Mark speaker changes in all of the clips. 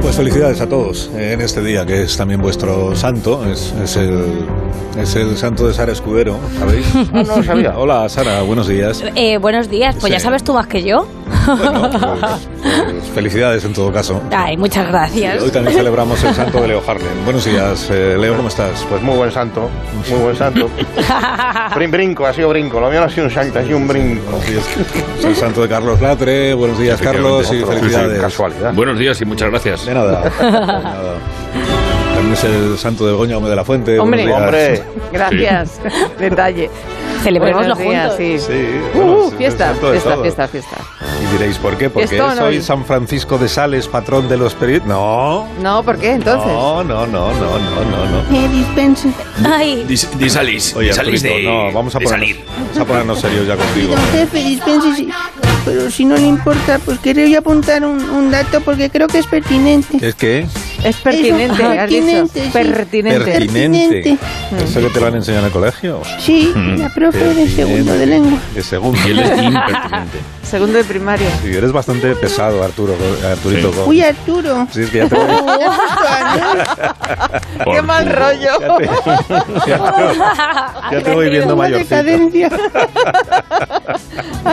Speaker 1: Pues felicidades a todos en este día, que es también vuestro santo, es, es el, es el santo de Sara Escudero, ¿sabéis? Ah, no lo sabía. Hola, Sara, buenos días.
Speaker 2: Eh, buenos días, pues
Speaker 1: Sí.
Speaker 2: ya sabes tú más que yo.
Speaker 1: Bueno, pues, pues, felicidades en todo caso.
Speaker 2: Ay, muchas gracias.
Speaker 1: Hoy también celebramos el santo de Leo Harlem. Buenos días, eh, Leo, ¿cómo estás?
Speaker 3: Pues muy buen santo, muy buen santo. Brin- brinco, ha sido brinco. Lo mío no ha sido un santo, ha sido un brinco.
Speaker 1: Buenos días. Es el santo de Carlos Latre. Buenos días, Carlos, y
Speaker 3: Otro, sí, sí,
Speaker 1: felicidades.
Speaker 3: Casualidad.
Speaker 4: Buenos días y muchas gracias.
Speaker 1: De nada. De nada. También es el santo de Goña Gómez de la Fuente.
Speaker 5: Hombre.
Speaker 1: Buenos días.
Speaker 3: Hombre,
Speaker 5: Gracias. Detalle.
Speaker 2: Celebrémoslo
Speaker 5: Buenos días,
Speaker 2: juntos.
Speaker 5: sí.
Speaker 1: Sí, bueno,
Speaker 5: Uh,
Speaker 1: es el
Speaker 5: fiesta,
Speaker 1: santo de
Speaker 5: fiesta,
Speaker 1: todo.
Speaker 5: fiesta, fiesta.
Speaker 1: Y diréis, ¿por qué? Porque
Speaker 5: Fiestón
Speaker 1: soy
Speaker 5: hoy.
Speaker 1: San Francisco de Sales, patrón de los periodistas. No.
Speaker 5: No, ¿por qué entonces?
Speaker 1: No, no, no, no, no, no, no.
Speaker 2: Ay,
Speaker 4: Dis, disalís,
Speaker 1: Oye,
Speaker 4: disalís
Speaker 1: Arturito,
Speaker 4: de,
Speaker 1: no, vamos a,
Speaker 4: de
Speaker 1: ponernos,
Speaker 4: salir.
Speaker 1: vamos a ponernos serios ya contigo.
Speaker 6: Don jefe, dispense, si- pero si no le importa, pues quería apuntar un, un dato porque creo que es pertinente.
Speaker 1: ¿Es que?
Speaker 5: Es pertinente,
Speaker 6: Eso,
Speaker 5: has dicho.
Speaker 6: pertinente, sí.
Speaker 5: Pertinente.
Speaker 6: Perti-
Speaker 1: Pertinente. Mm.
Speaker 6: Pertinente.
Speaker 1: ¿Eso que te lo han enseñado en el colegio?
Speaker 6: Sí, la profe de segundo de lengua.
Speaker 1: De segundo.
Speaker 4: Y él es impertinente.
Speaker 5: Segundo de primaria.
Speaker 1: Sí, eres bastante pesado, Arturo, Arturito.
Speaker 4: Sí.
Speaker 1: con-
Speaker 6: Uy, Arturo.
Speaker 1: Sí, es que ya te lo
Speaker 4: Por
Speaker 5: ¡Qué mal
Speaker 4: culo.
Speaker 5: rollo!
Speaker 1: ya te voy viendo
Speaker 6: Una
Speaker 1: mayorcito.
Speaker 6: decadencia.
Speaker 1: Ya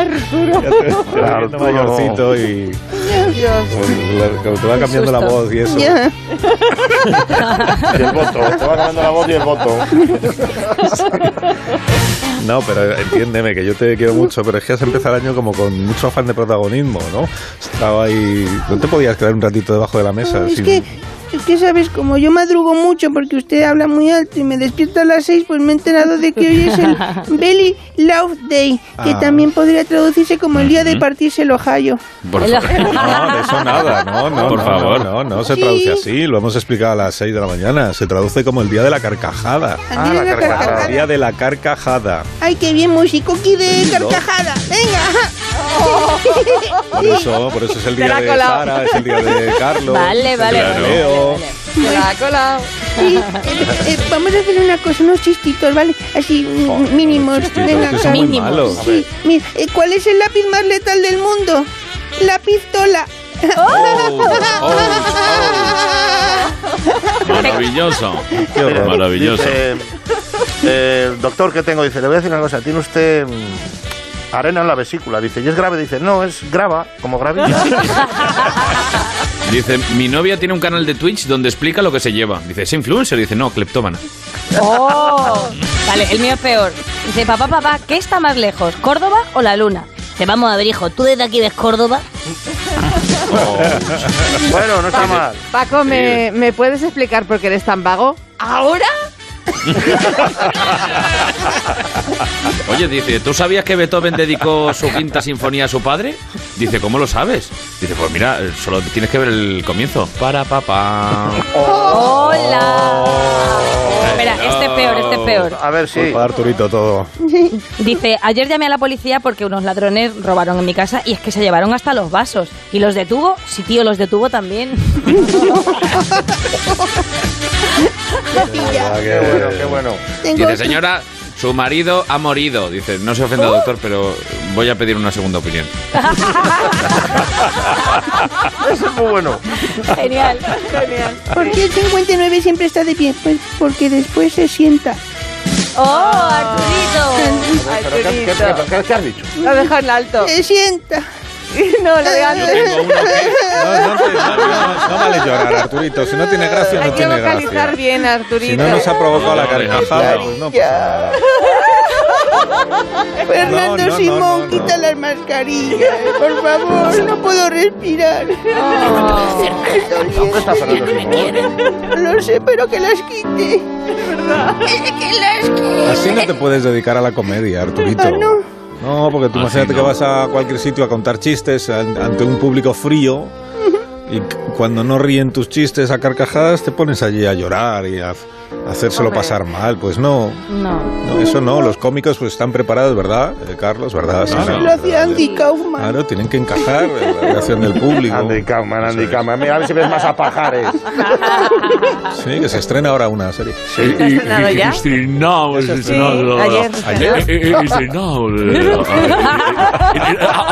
Speaker 1: te voy viendo
Speaker 3: Arturo.
Speaker 1: mayorcito y
Speaker 5: Dios.
Speaker 1: pues, la- como te va cambiando la
Speaker 2: susto.
Speaker 1: voz y eso.
Speaker 6: Ya.
Speaker 3: y el voto. Te va ganando la voz y el voto.
Speaker 1: No, pero entiéndeme que yo te quiero mucho, pero es que has empezado el año como con mucho afán de protagonismo, ¿no? Estaba ahí... No te podías quedar un ratito debajo de la mesa.
Speaker 6: Es
Speaker 1: sin-
Speaker 6: que, es que, sabes, como yo madrugo mucho porque usted habla muy alto y me despierto a las seis, pues me he enterado de que hoy es el Belly Love Day, que
Speaker 1: Ah.
Speaker 6: también podría traducirse como el día de partirse el Ohio.
Speaker 4: Por
Speaker 2: El-
Speaker 4: favor.
Speaker 1: No, de eso nada, no, no.
Speaker 4: Por
Speaker 1: no,
Speaker 4: favor.
Speaker 1: No, no, no se
Speaker 6: Sí.
Speaker 1: traduce así, lo hemos explicado a las 6 de la mañana. Se traduce como el día de la carcajada.
Speaker 6: Al día
Speaker 3: Ah, la
Speaker 6: de la
Speaker 3: carcajada.
Speaker 6: carcajada.
Speaker 1: El día de la carcajada.
Speaker 6: Ay, qué bien, musicoqui de
Speaker 1: Sí, ¿no?
Speaker 6: carcajada.
Speaker 5: Oh.
Speaker 1: Por
Speaker 6: Venga.
Speaker 1: eso, por eso es el
Speaker 5: Te la
Speaker 1: día
Speaker 5: ha
Speaker 1: de
Speaker 5: colado.
Speaker 1: Sara, es el día de Carlos.
Speaker 2: vale,
Speaker 1: es el
Speaker 2: vale.
Speaker 1: día de
Speaker 4: Claro.
Speaker 1: Leo.
Speaker 2: vale,
Speaker 5: Se la ha colado.
Speaker 6: Sí, eh, eh, vamos a hacer una cosa, unos chistitos, ¿vale? Así, mm,
Speaker 1: Joder,
Speaker 6: mínimos.
Speaker 1: los Oh, chistitos,
Speaker 6: Venga,
Speaker 1: que son muy
Speaker 2: Mínimos.
Speaker 1: malos.
Speaker 6: Carlos. Sí, mira, eh, ¿cuál es el lápiz más letal del mundo? La pistola.
Speaker 5: Oh.
Speaker 1: Oh,
Speaker 4: Maravilloso.
Speaker 1: Qué horror.
Speaker 4: Maravilloso.
Speaker 3: Dice, eh, el doctor que tengo dice, le voy a decir una cosa. Tiene usted mm, arena en la vesícula. Dice, ¿y es grave? Dice, no, es grava, como gravilla.
Speaker 4: Dice, mi novia tiene un canal de Twitch donde explica lo que se lleva. Dice, ¿es influencer? Dice, no, cleptómana.
Speaker 2: Oh. Vale, el mío es peor. Dice, papá, papá, ¿qué está más lejos, Córdoba o la luna? Te vamos a ver, hijo, ¿tú desde aquí ves Córdoba?
Speaker 5: Oh.
Speaker 1: oh.
Speaker 3: bueno, no está mal.
Speaker 5: Paco, ¿me, ¿me puedes explicar por qué eres tan vago?
Speaker 2: ¿Ahora?
Speaker 4: Oye, dice, ¿tú sabías que Beethoven dedicó su quinta sinfonía a su padre? Dice, ¿cómo lo sabes? Dice, pues mira, solo tienes que ver el comienzo. Para papá.
Speaker 5: Oh.
Speaker 1: Oh.
Speaker 2: ¡Hola! Espera, este es peor, este es peor.
Speaker 3: A ver si...
Speaker 1: Culpa de Arturito todo.
Speaker 2: Dice, ayer llamé a la policía porque unos ladrones robaron en mi casa y es que se llevaron hasta los vasos. ¿Y los detuvo? Sí, tío, los detuvo también.
Speaker 6: La pilla.
Speaker 1: Ah,
Speaker 3: Qué bueno, qué bueno.
Speaker 6: Tengo
Speaker 4: Dice,
Speaker 6: otro. Oh.
Speaker 4: señora, su marido ha morido. Dice, no se ofenda, doctor, pero voy a pedir una segunda opinión.
Speaker 3: Ese es muy bueno.
Speaker 2: Genial.
Speaker 6: ¿Por qué el 59 siempre está de pie? Pues porque después se sienta.
Speaker 2: ¡Oh, Arturito!
Speaker 3: Pero ¿qué, qué-
Speaker 5: Arturito.
Speaker 3: qué- qué has dicho?
Speaker 5: Lo ha dejado en alto.
Speaker 6: Se sienta.
Speaker 5: No, lo de
Speaker 4: Yo
Speaker 5: antes.
Speaker 4: tengo uno que...
Speaker 1: No, no, te- no, no, no vale llorar, Arturito. Si no tiene gracia,
Speaker 5: Hay
Speaker 1: no
Speaker 5: que
Speaker 1: tiene
Speaker 5: vocalizar
Speaker 1: gracia.
Speaker 5: bien, Arturito.
Speaker 1: Si no nos ha provocado la
Speaker 4: No, no, no,
Speaker 1: carcajada,
Speaker 4: no.
Speaker 1: pues no pasa nada.
Speaker 6: Fernando
Speaker 1: no, no,
Speaker 6: Simón,
Speaker 1: no, no.
Speaker 6: quita las mascarillas. Por favor, no puedo respirar. Qué
Speaker 3: ¿Dónde está
Speaker 6: doliente.
Speaker 3: Fernando Simón?
Speaker 6: No lo sé, pero que las quite. que las quite.
Speaker 1: Así no te puedes dedicar a la comedia, Arturito.
Speaker 6: Ah, no.
Speaker 1: No, porque tú
Speaker 4: Así
Speaker 1: imagínate que
Speaker 4: no.
Speaker 1: vas a cualquier sitio a contar chistes an- ante un público frío y c- cuando no ríen tus chistes a carcajadas te pones allí a llorar y a a hacérselo
Speaker 5: Hombre.
Speaker 1: pasar mal. Pues no,
Speaker 2: No.
Speaker 1: no, eso no. Los cómicos pues están preparados, ¿verdad, eh, Carlos? ¿Verdad?
Speaker 4: No,
Speaker 1: Sara?
Speaker 4: no.
Speaker 6: Lo hacía Andy Kaufman.
Speaker 1: Claro, tienen que encajar en la reacción del público.
Speaker 3: Andy Kaufman, Andy Kaufman. Mira, a ver si ves más a pajares.
Speaker 1: Sí, que se estrena ahora una serie.
Speaker 5: ¿Lo has estrenado ya?
Speaker 4: Estrenamos,
Speaker 5: ayer.
Speaker 3: Eh,
Speaker 5: eh, eh,
Speaker 4: Estrenamos.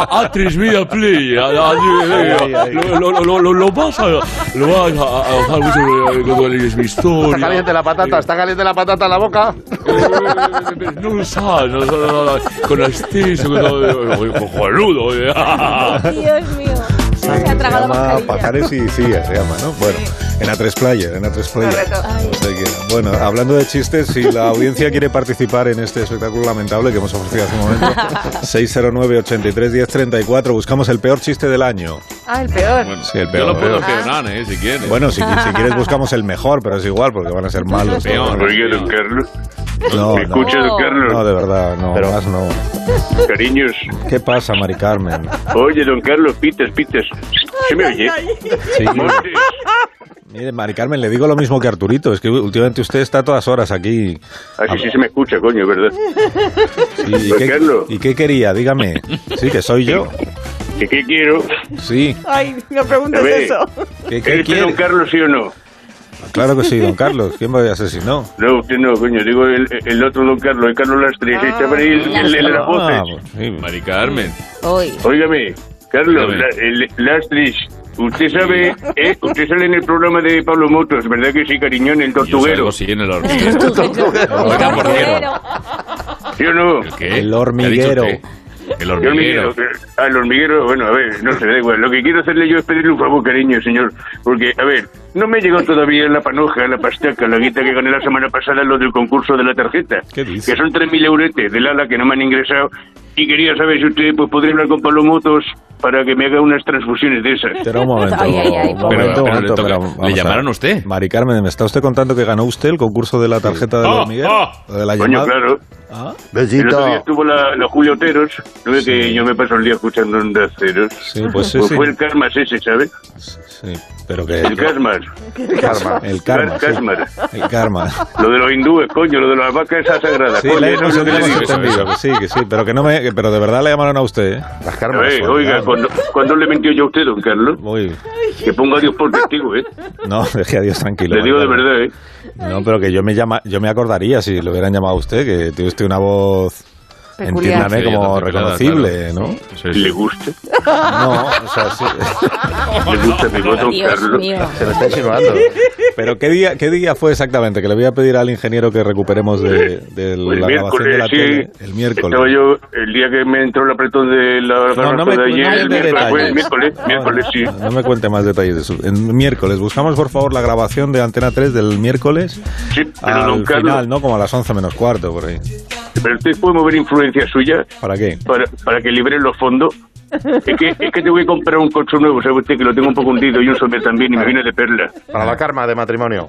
Speaker 4: A tres media play.
Speaker 3: Ay, ay, ay.
Speaker 4: Lo
Speaker 5: lo, lo vas a. Lo vas a- a. a- a- eh, cuando lees mi historia.
Speaker 3: Está caliente la patata, está caliente la patata en la boca.
Speaker 5: No lo sabes, no, no, no, no, con las tesis, con todo. eh, oye, con Juanudo, oye.
Speaker 2: Dios mío. Se ha
Speaker 1: Se
Speaker 2: tragado
Speaker 1: llama
Speaker 2: mascarilla.
Speaker 1: Pajares y Sillas, se llama, ¿no? Bueno, en A3 Player, en A3 Player. No sé qué. Bueno, hablando de chistes, si la audiencia quiere participar en este espectáculo lamentable que hemos ofrecido hace un momento, 609-83-1034, buscamos el peor chiste del año.
Speaker 6: Ah, el peor.
Speaker 5: Bueno,
Speaker 1: Sí, el
Speaker 5: Yo
Speaker 1: peor,
Speaker 5: lo puedo
Speaker 1: peor.
Speaker 5: peonar, eh, si quieres.
Speaker 1: Bueno, si, si quieres buscamos el mejor, pero es igual, porque van a ser malos.
Speaker 4: Peor.
Speaker 7: Oiga, don Carlos,
Speaker 1: No,
Speaker 7: me
Speaker 1: no,
Speaker 7: escucha, don Carlos.
Speaker 1: no, de verdad, no,
Speaker 3: Pero-
Speaker 1: más no.
Speaker 7: Cariños.
Speaker 1: ¿Qué pasa, Mari Carmen?
Speaker 7: Oye, don Carlos, pites, pites. ¿Se me oye?
Speaker 1: Sí.
Speaker 7: Montes,
Speaker 1: Mire, Mari Carmen, le digo lo mismo que Arturito, es que últimamente usted está a todas horas aquí. Ah.
Speaker 7: Así sí se me escucha, coño, ¿verdad?
Speaker 1: Sí, ¿Y,
Speaker 7: Don
Speaker 1: qué,
Speaker 7: Carlos.
Speaker 1: y qué quería? Dígame. Sí, que soy yo.
Speaker 7: ¿Que qué quiero?
Speaker 1: Sí.
Speaker 6: Ay, no preguntes
Speaker 7: A ver.
Speaker 6: eso.
Speaker 1: ¿Qué, qué
Speaker 7: ¿Es usted don
Speaker 1: quiere?
Speaker 7: Carlos, sí o no?
Speaker 1: Claro que sí, don Carlos. ¿Quién me asesinó?
Speaker 7: No, usted no, coño. Digo el, el otro don Carlos, el Carlos Lastre.
Speaker 6: Ah.
Speaker 7: Ese está por ahí, el, el de las
Speaker 1: Ah,
Speaker 7: voces.
Speaker 1: pues sí.
Speaker 5: Mari Carmen.
Speaker 2: Uy.
Speaker 7: Óigame, Carlos,
Speaker 5: Dígame.
Speaker 7: la- el Lastris, usted sabe, eh, usted sale en el programa de Pablo Motos, ¿verdad que sí, cariñón, el
Speaker 5: Yo
Speaker 7: tortuguero?
Speaker 5: salgo así en el hormiguero. Oiga, por cierto.
Speaker 2: Tortuguero.
Speaker 7: ¿Sí o no?
Speaker 5: ¿El qué?
Speaker 1: El
Speaker 5: ¿Qué ha
Speaker 1: hormiguero.
Speaker 5: dicho usted? El
Speaker 7: Yo hormiguero,
Speaker 5: hormiguero.
Speaker 7: eh, al hormiguero, bueno, a ver, no se da igual. Lo que quiero hacerle yo es pedirle un favor, cariño, señor. Porque, a ver, no me ha llegado todavía la panoja, la pastaca, la guita que gané la semana pasada, lo del concurso de la tarjeta.
Speaker 1: ¿Qué dice?
Speaker 7: Que son 3.000 euretes del ala que no me han ingresado. Y quería saber si usted pues, podría hablar con Palomotos para que me haga unas transfusiones de esas.
Speaker 1: Espera un momento.
Speaker 2: Ay, ay, ay.
Speaker 1: un
Speaker 5: Pero-
Speaker 1: momento,
Speaker 5: pero
Speaker 1: un
Speaker 5: le
Speaker 1: momento.
Speaker 5: toca-
Speaker 1: pero
Speaker 5: ¿le
Speaker 1: vamos a ver.
Speaker 5: llamaron a usted?
Speaker 1: Mari Carmen, ¿me está usted contando que ganó usted el concurso de la tarjeta de
Speaker 5: Ah,
Speaker 1: los Miguel?
Speaker 5: ah.
Speaker 1: ¿De la
Speaker 7: Coño,
Speaker 1: llamada?
Speaker 7: claro.
Speaker 1: Ah,
Speaker 7: El otro día
Speaker 3: Besito.
Speaker 7: estuvo la, la Julia Oteros, ¿no ve que yo me paso el día escuchando Onda Ceros?
Speaker 1: sí, pues sí,
Speaker 7: Pues
Speaker 1: sí.
Speaker 7: fue el Karmas ese, ¿sabes?
Speaker 1: Sí, pero Eh, que...
Speaker 7: El Karmas.
Speaker 1: el karma. El karma,
Speaker 7: El
Speaker 1: sí.
Speaker 7: karma.
Speaker 1: El karma.
Speaker 7: Lo de los hindúes, coño, lo de las vacas esas sagradas.
Speaker 1: Sí,
Speaker 7: coño,
Speaker 1: le
Speaker 7: eso
Speaker 1: hemos,
Speaker 7: es lo que
Speaker 1: le
Speaker 7: le
Speaker 1: hemos
Speaker 7: digo.
Speaker 1: entendido, que sí, que sí, pero que no me... que- Pero de verdad le llamaron a usted, ¿eh?
Speaker 3: Las
Speaker 7: A
Speaker 3: carmas.
Speaker 7: ver,
Speaker 3: son,
Speaker 7: oiga,
Speaker 3: ¿no?
Speaker 7: ¿cuándo, cuándo le mentió yo a usted, don Carlos?
Speaker 1: Muy...
Speaker 7: Que ponga a Dios por testigo, ¿eh?
Speaker 1: No, deje a Dios tranquilo.
Speaker 7: Le digo de
Speaker 1: Mari Carmen.
Speaker 7: verdad, ¿eh?
Speaker 1: No, pero que yo me llama, yo me acordaría si lo hubieran llamado a usted, que tiene usted una voz,
Speaker 6: Peculiar.
Speaker 1: entiéndame,
Speaker 5: Sí,
Speaker 1: como
Speaker 5: yo también, claro,
Speaker 1: reconocible, ¿no?
Speaker 5: Sí, sí.
Speaker 7: ¿Le gusta?
Speaker 1: No, o sea, sí.
Speaker 7: ¿Le gusta mi voz, don
Speaker 2: Dios
Speaker 7: Carlos?
Speaker 2: mío.
Speaker 3: Se lo está insinuando.
Speaker 1: Pero ¿qué día, ¿qué día fue exactamente? Que le voy a pedir al ingeniero que recuperemos de, de
Speaker 7: Pues el
Speaker 1: la grabación de
Speaker 7: miércoles,
Speaker 1: la
Speaker 7: sí.
Speaker 1: tele. El
Speaker 7: Estaba
Speaker 1: miércoles.
Speaker 7: yo, el día que me entró el apretón de la
Speaker 1: No, no me
Speaker 7: de
Speaker 1: cu- no
Speaker 7: ayer,
Speaker 1: me
Speaker 7: el
Speaker 1: dé
Speaker 7: miércoles, fue
Speaker 1: detalles.
Speaker 7: el miércoles,
Speaker 1: No,
Speaker 7: miércoles, sí.
Speaker 1: no, no me cuente más detalles de eso. En miércoles, buscamos por favor la grabación de Antena 3 del miércoles
Speaker 7: Sí, pero don
Speaker 1: al final,
Speaker 7: Carlos,
Speaker 1: ¿no? Como a las 11 menos cuarto, por ahí.
Speaker 7: ¿pero usted puede mover influencia suya
Speaker 1: ¿Para qué?
Speaker 7: para, para que liberen los fondos. Es que, es que te voy a comprar un coche nuevo, sabe usted que lo tengo un poco hundido y un sobre también y me viene de perla.
Speaker 3: Para la karma de matrimonio.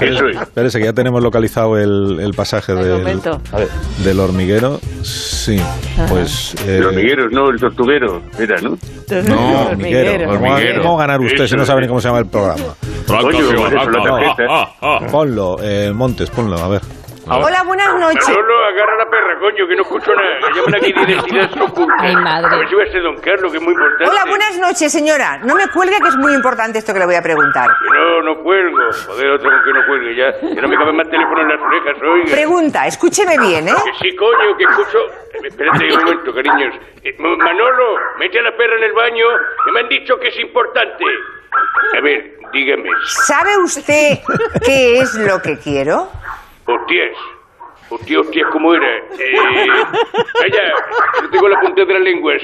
Speaker 7: Eso es.
Speaker 1: Espérese, que ya tenemos localizado el, el pasaje
Speaker 6: El
Speaker 1: del,
Speaker 6: momento.
Speaker 3: A ver,
Speaker 1: Del hormiguero, sí. Pues. eh,
Speaker 7: Los hormigueros, no, el tortuguero, era, ¿no?
Speaker 6: Entonces,
Speaker 1: No, hormiguero.
Speaker 6: hormiguero.
Speaker 1: ¿Cómo-
Speaker 5: Hormiguero.
Speaker 1: ¿Cómo ganar usted si
Speaker 7: Eso
Speaker 1: no sabe ni
Speaker 7: es.
Speaker 1: cómo se llama el programa?
Speaker 5: Franco,
Speaker 7: Coño,
Speaker 5: sí,
Speaker 7: por eso, la
Speaker 5: Franco.
Speaker 7: tarjeta.
Speaker 5: Ah, ah, ah.
Speaker 1: Ponlo, eh, Montes, ponlo, a ver.
Speaker 6: Hola, buenas noches.
Speaker 7: Manolo, agarra la perra, coño, que no escucho nada. Que llaman aquí de identidad oculta.
Speaker 2: Ay, madre.
Speaker 7: A ver si va a ser don Carlos, que es muy importante.
Speaker 8: Hola, buenas noches, señora. No me cuelgue, que es muy importante esto que le voy a preguntar.
Speaker 7: Que No, no cuelgo. Joder, otro con que no cuelgue ya. Que no me cabe más teléfono en las orejas, oiga.
Speaker 8: Pregunta, escúcheme bien, ¿eh?
Speaker 7: Que sí, coño, que escucho. Espérate un momento, cariños. Eh, Ma- Manolo, mete a la perra en el baño, que me han dicho que es importante. A ver, dígame.
Speaker 8: ¿Sabe usted qué es lo que quiero?
Speaker 7: Hostias. Hostias, hostias, ¿cómo era? Eh, vaya, yo tengo la punta de las lenguas.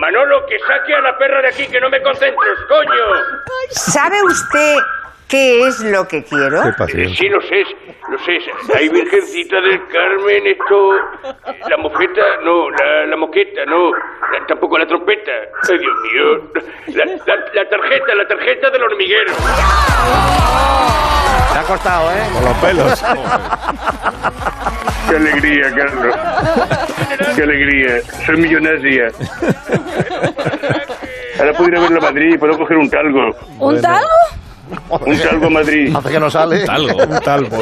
Speaker 7: Manolo, que saque a la perra de aquí, que no me concentres, coño.
Speaker 8: ¿Sabe usted qué es lo que quiero?
Speaker 1: Qué
Speaker 7: Eh,
Speaker 1: paciencia.
Speaker 7: sí, lo sé, lo sé. Hay Virgencita del Carmen, esto... La mofeta, no, la, la moqueta, no. La- tampoco la trompeta. Ay, Dios mío. La, la- la tarjeta, la tarjeta del hormiguero.
Speaker 3: te ha costado, ¿eh?
Speaker 1: Con los pelos.
Speaker 7: Qué alegría, Carlos. Qué alegría. Soy millonaria. Ahora puedo ir a verlo a Madrid y puedo coger un talgo.
Speaker 2: ¿Un talgo?
Speaker 7: Un talgo a Madrid.
Speaker 3: Hace que no sale.
Speaker 5: Talgo.
Speaker 1: Un talbo.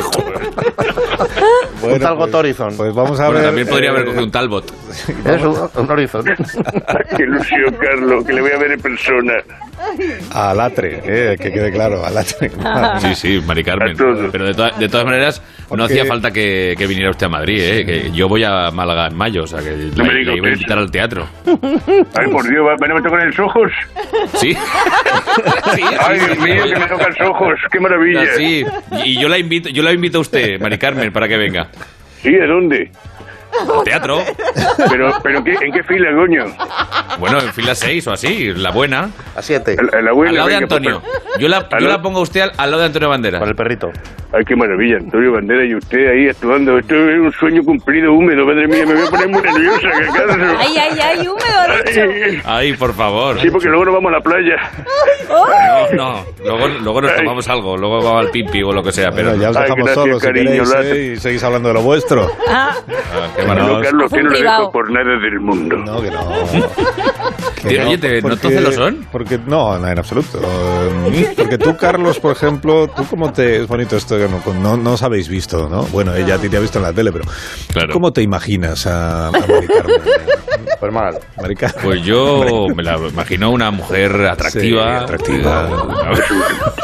Speaker 3: Un talgo Torizon.
Speaker 1: Pues vamos a
Speaker 5: Bueno,
Speaker 1: ver.
Speaker 5: también podría haber
Speaker 1: eh,
Speaker 5: cogido un Talbot.
Speaker 3: Es un, un Horizon.
Speaker 7: Qué ilusión, Carlos, que le voy a ver en persona.
Speaker 1: A Latre, eh, que quede claro, a Latre.
Speaker 7: Ah.
Speaker 6: Ah.
Speaker 4: Sí, sí, Mari Carmen. Pero de, toda- de todas maneras, no hacía falta que, que viniera usted a Madrid, ¿eh? Que yo voy a Málaga en mayo, o sea, que la,
Speaker 7: me diga
Speaker 4: la iba a
Speaker 7: usted.
Speaker 4: invitar al teatro.
Speaker 7: Ay, por Dios, ¿van a me tocar los ojos?
Speaker 4: ¿Sí?
Speaker 7: Ay, Dios mío, que me tocan los ojos. ¡Qué maravilla!
Speaker 4: Ah, Sí, y yo la invito, yo la invito a usted, Mari Carmen, para que venga.
Speaker 7: ¿Sí? ¿A dónde?
Speaker 4: Al teatro.
Speaker 7: ¿Pero, pero qué, en qué fila, coño?
Speaker 4: Bueno, en fila 6 o así, la buena.
Speaker 3: A siete.
Speaker 7: A la- a la
Speaker 4: al
Speaker 7: abuela,
Speaker 4: lado de
Speaker 7: venga,
Speaker 4: Antonio.
Speaker 7: pues,
Speaker 4: Yo la,
Speaker 7: Al
Speaker 4: yo
Speaker 7: lado-
Speaker 4: la pongo a usted al, al lado de Antonio Banderas.
Speaker 3: Con el perrito.
Speaker 7: Ay, qué maravilla, Antonio Bandera y usted ahí actuando. Esto es un sueño cumplido húmedo, madre mía. Me voy a poner muy nerviosa. Que cada se-
Speaker 2: Ay, ay, ay, húmedo, ha dicho.
Speaker 7: Ay,
Speaker 4: Ay, por favor.
Speaker 7: Sí, porque luego nos vamos a la playa.
Speaker 4: No, no. Luego, luego nos
Speaker 7: Ay.
Speaker 4: tomamos algo. Luego vamos al pimpi o lo que sea. Pero
Speaker 1: Bueno, ya os
Speaker 7: Ay,
Speaker 1: dejamos
Speaker 7: gracias,
Speaker 1: solos si
Speaker 7: cariño,
Speaker 1: queréis,
Speaker 7: Latre.
Speaker 1: eh, y seguís hablando de lo vuestro.
Speaker 2: Ah,
Speaker 4: Ah, qué
Speaker 1: Bueno,
Speaker 4: maravos.
Speaker 7: No, Carlos,
Speaker 2: fue
Speaker 7: que
Speaker 2: un
Speaker 7: no lo
Speaker 2: privado.
Speaker 7: dejo por nada del mundo.
Speaker 1: No, que no. Que
Speaker 4: Tío, oye, te- ¿no entonces lo son?
Speaker 1: Porque, no, no, en absoluto. Eh, Porque tú, Carlos, por ejemplo, tú cómo te... Es bonito esto, que no, no, no os habéis visto, ¿no? Bueno, ella a ti te ha visto en la tele, pero...
Speaker 4: Claro.
Speaker 1: ¿Cómo te imaginas a, a Mari Carmen?
Speaker 3: Pues mal.
Speaker 1: Mari Carmen.
Speaker 4: Pues yo me la imagino una mujer atractiva.
Speaker 1: Sí, atractiva.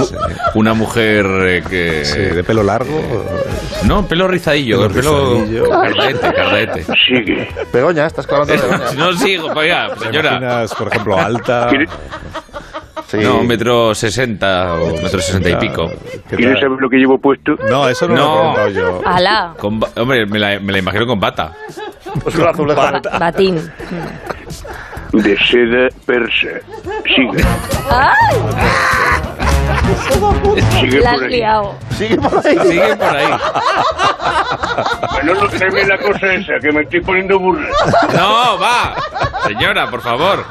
Speaker 4: eh, una mujer eh, que.
Speaker 1: Sí, de pelo largo.
Speaker 4: No, pelo rizadillo,
Speaker 1: Pelo
Speaker 4: pelo.
Speaker 1: rizadillo.
Speaker 4: Cardete, cardete.
Speaker 7: Sigue.
Speaker 3: Begoña, estás clavando a Begoña.
Speaker 4: No sigo, oiga,
Speaker 1: ¿Te
Speaker 4: señora.
Speaker 1: imaginas, por ejemplo, alta?
Speaker 7: ¿Quieres,
Speaker 3: Sí.
Speaker 4: No, metro sesenta o metro sesenta y pico.
Speaker 1: ¿Qué
Speaker 7: quieres
Speaker 1: tal?
Speaker 7: saber lo que llevo puesto?
Speaker 1: No, eso no,
Speaker 4: No.
Speaker 1: lo he preguntado yo.
Speaker 2: ala,
Speaker 4: Con ba- hombre, me la, me la imagino con bata.
Speaker 3: Pues un azulejo.
Speaker 2: ba- batín.
Speaker 7: De seda persa. Sigue. Sigue
Speaker 2: La has
Speaker 7: por ahí.
Speaker 2: liado.
Speaker 3: Sigue por ahí.
Speaker 4: Sigue por ahí.
Speaker 7: No lo tráeme la cosa esa, que me estoy poniendo burra.
Speaker 4: No, va. Señora, por favor.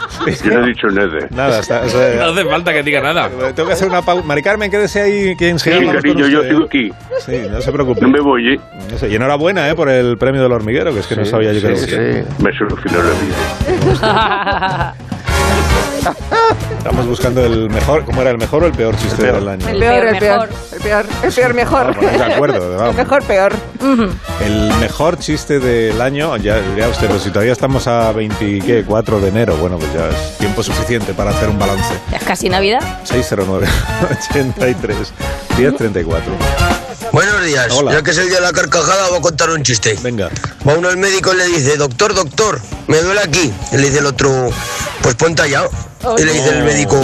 Speaker 7: Yo no he dicho nada.
Speaker 1: Nada, está, o sea,
Speaker 4: No hace falta que diga nada.
Speaker 1: Tengo que hacer una pausa. Mari Carmen, quédese ahí que
Speaker 7: Sí,
Speaker 1: enseguida hablamos con
Speaker 7: cariño, yo
Speaker 1: usted. ¿eh?
Speaker 7: sigo aquí.
Speaker 1: Sí, no se preocupe.
Speaker 7: No me voy, ¿eh?
Speaker 1: No sé, Y enhorabuena, ¿eh? Por el premio del hormiguero, que es que no sabía yo que
Speaker 3: Sí,
Speaker 1: lo
Speaker 3: sí.
Speaker 7: Me solucionó la vida.
Speaker 1: Estamos buscando el mejor, ¿cómo era el mejor o el peor chiste del año?
Speaker 6: El peor, el peor. El peor, el peor mejor.
Speaker 1: Vamos, de acuerdo, vamos.
Speaker 6: El mejor, peor.
Speaker 1: El mejor chiste del año, ya diría usted, pero si todavía estamos a 24 de enero, bueno, pues ya es tiempo suficiente para hacer un balance.
Speaker 2: Ya es casi Navidad.
Speaker 1: 609 83 1034.
Speaker 9: Buenos días.
Speaker 1: Hola.
Speaker 9: Ya que es el día de la carcajada, voy a contar un chiste.
Speaker 1: Venga.
Speaker 9: Va uno al médico y le dice, doctor, doctor, me duele aquí. Y le dice el otro, pues ponte allá. y le dice el médico,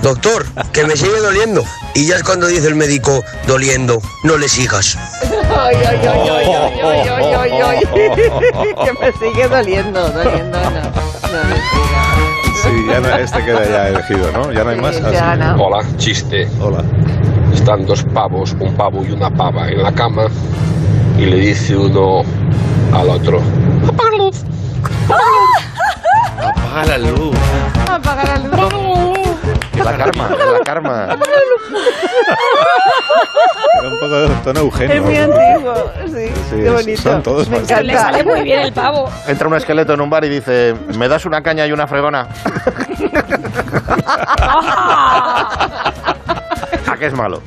Speaker 9: doctor, que me sigue doliendo. Y ya es cuando dice el médico, doliendo, no le sigas.
Speaker 6: Ay, ay, ay, ay, ay, ay, ay, ay, ay. Que me sigue doliendo, doliendo, no. No me sigas.
Speaker 1: Sí, ya no- este queda ya elegido, ¿no? Ya no hay más.
Speaker 6: Sí,
Speaker 1: Ah, sí.
Speaker 6: ya no.
Speaker 10: Hola, chiste.
Speaker 1: Hola.
Speaker 10: Están dos pavos, un pavo y una pava en la cama y le dice uno al otro.
Speaker 4: Apaga la luz.
Speaker 6: Apaga la luz.
Speaker 3: La karma, la karma.
Speaker 1: Era un poco de tono Eugenio.
Speaker 6: Es muy antiguo, sí,
Speaker 1: Sí,
Speaker 6: qué bonito.
Speaker 1: son todos
Speaker 6: Me
Speaker 1: bastante-
Speaker 2: Le sale muy bien el pavo.
Speaker 3: Entra un esqueleto en un bar y dice, ¿me das una caña y una fregona? ¿A qué es malo?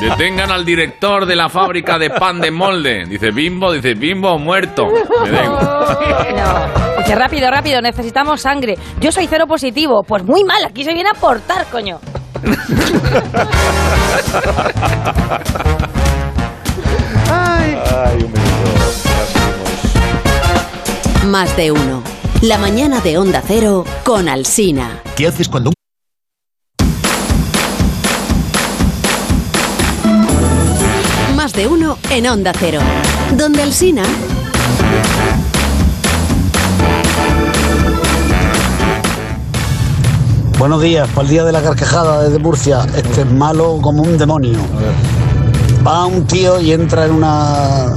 Speaker 4: Detengan al director de la fábrica de pan de molde. Dice Bimbo, dice Bimbo muerto. Me da igual.
Speaker 2: No. Dice, rápido, rápido, necesitamos sangre. Yo soy cero positivo. Pues muy mal, aquí se viene a portar, coño.
Speaker 1: Ay, un minuto.
Speaker 11: Más de uno. La mañana de Onda Cero con Alsina.
Speaker 9: ¿Qué haces cuando un...
Speaker 11: Más de uno en Onda Cero. Donde Alsina.
Speaker 9: Buenos días, para el día de la carcajada desde Murcia. Este es malo como un demonio. Va un tío y entra en una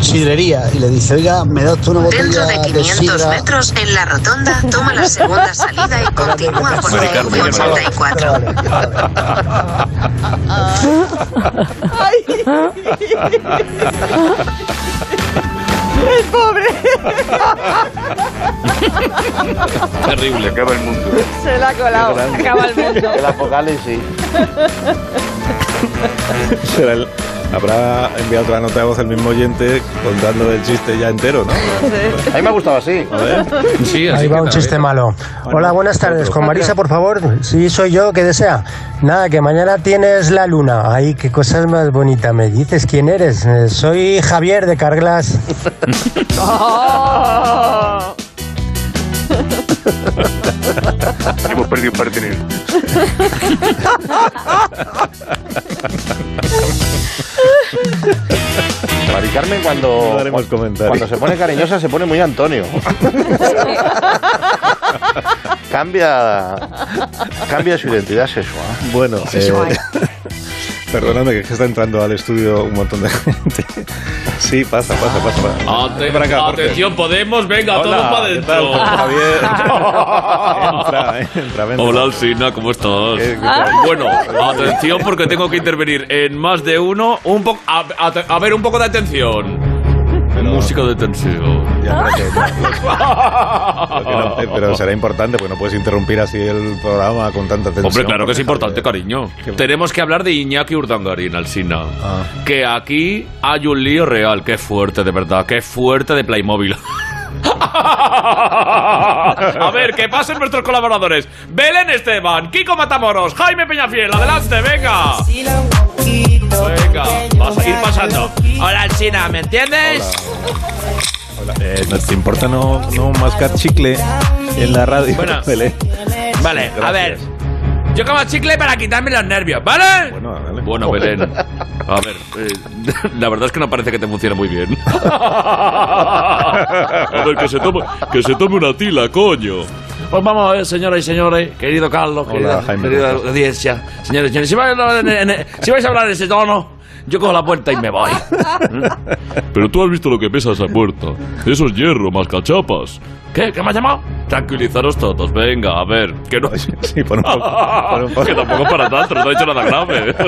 Speaker 9: sidrería y le dice, oiga, me das tú una botella de, sidra.
Speaker 11: en la rotonda, toma la segunda salida y continúa
Speaker 4: por la Ricardo, que no.
Speaker 11: 84.
Speaker 6: Ay. El pobre
Speaker 4: Terrible.
Speaker 7: Acaba el mundo.
Speaker 6: se la ha colado.
Speaker 2: Acaba el mundo.
Speaker 3: El apocalipsis.
Speaker 1: Será el, Habrá enviado otra nota de voz el mismo oyente contando el chiste ya entero, ¿no?
Speaker 3: A mí me ha gustado así.
Speaker 12: Ahí
Speaker 4: ¿eh?
Speaker 12: va un chiste malo. Hola, buenas tardes. Con Marisa, por favor. Sí, soy yo, que desea? Nada, que mañana tienes la luna. Ay, qué cosas más bonitas me dices. ¿Quién eres? Eh, Soy Javier de Carglass.
Speaker 7: Hemos perdido un partener.
Speaker 3: Mari Carmen cuando, cuando se pone cariñosa se pone muy Antonio. cambia, cambia su identidad sexual.
Speaker 1: Bueno, eh,
Speaker 3: Sexual.
Speaker 1: perdóname que es que está entrando al estudio un montón de gente. Sí, pasa, pasa, pasa.
Speaker 4: Ah,
Speaker 1: pasa. Ven para acá, Jorge.
Speaker 4: Atención, Podemos, venga,
Speaker 1: Hola,
Speaker 4: todos para
Speaker 1: ¿qué
Speaker 4: adentro. Hola, Alcina, ¿cómo estás? Bueno, atención porque tengo que intervenir en más de uno. Un poco, a, a- a ver, un poco de atención. Música de tensión.
Speaker 1: Pero, eh, pero será importante porque no puedes interrumpir así el programa con tanta tensión.
Speaker 4: Hombre, claro que es importante, cariño. Tenemos que hablar de Iñaki Urdangarín, Alsina. Que aquí hay un lío real. Qué fuerte, de verdad. Qué fuerte de Playmobil. A ver, que pasen nuestros colaboradores. Belén Esteban, Kiko Matamoros, Jaime Peñafiel, adelante, venga. Venga, vas a ir pasando. Hola, Alsina, ¿me entiendes?
Speaker 1: Eh, ¿no ¿Te importa no, no mascar chicle en la radio?
Speaker 4: Bueno.
Speaker 1: Belén?
Speaker 4: Vale, a ver. Yo como chicle para quitarme los nervios, ¿vale? Bueno, Belén. A ver, eh, la verdad es que no parece que te funcione muy bien.
Speaker 5: A ver, que se tome, que se tome una tila, coño.
Speaker 4: Pues vamos a ver, señoras y señores, querido Carlos, querida,
Speaker 5: Jaime,
Speaker 4: querida audiencia, señores y señores, si vais, a hablar en- en- si vais a hablar en ese tono, yo cojo la puerta y me voy.
Speaker 5: Pero tú has visto lo que pesa esa puerta. Eso es hierro, más cachapas.
Speaker 4: ¿Qué? ¿Qué me has llamado? Tranquilizaros todos, venga, a ver, que no... Sí,
Speaker 1: por un
Speaker 5: poco, por un poco.
Speaker 4: Que tampoco para tanto, no he hecho nada grave.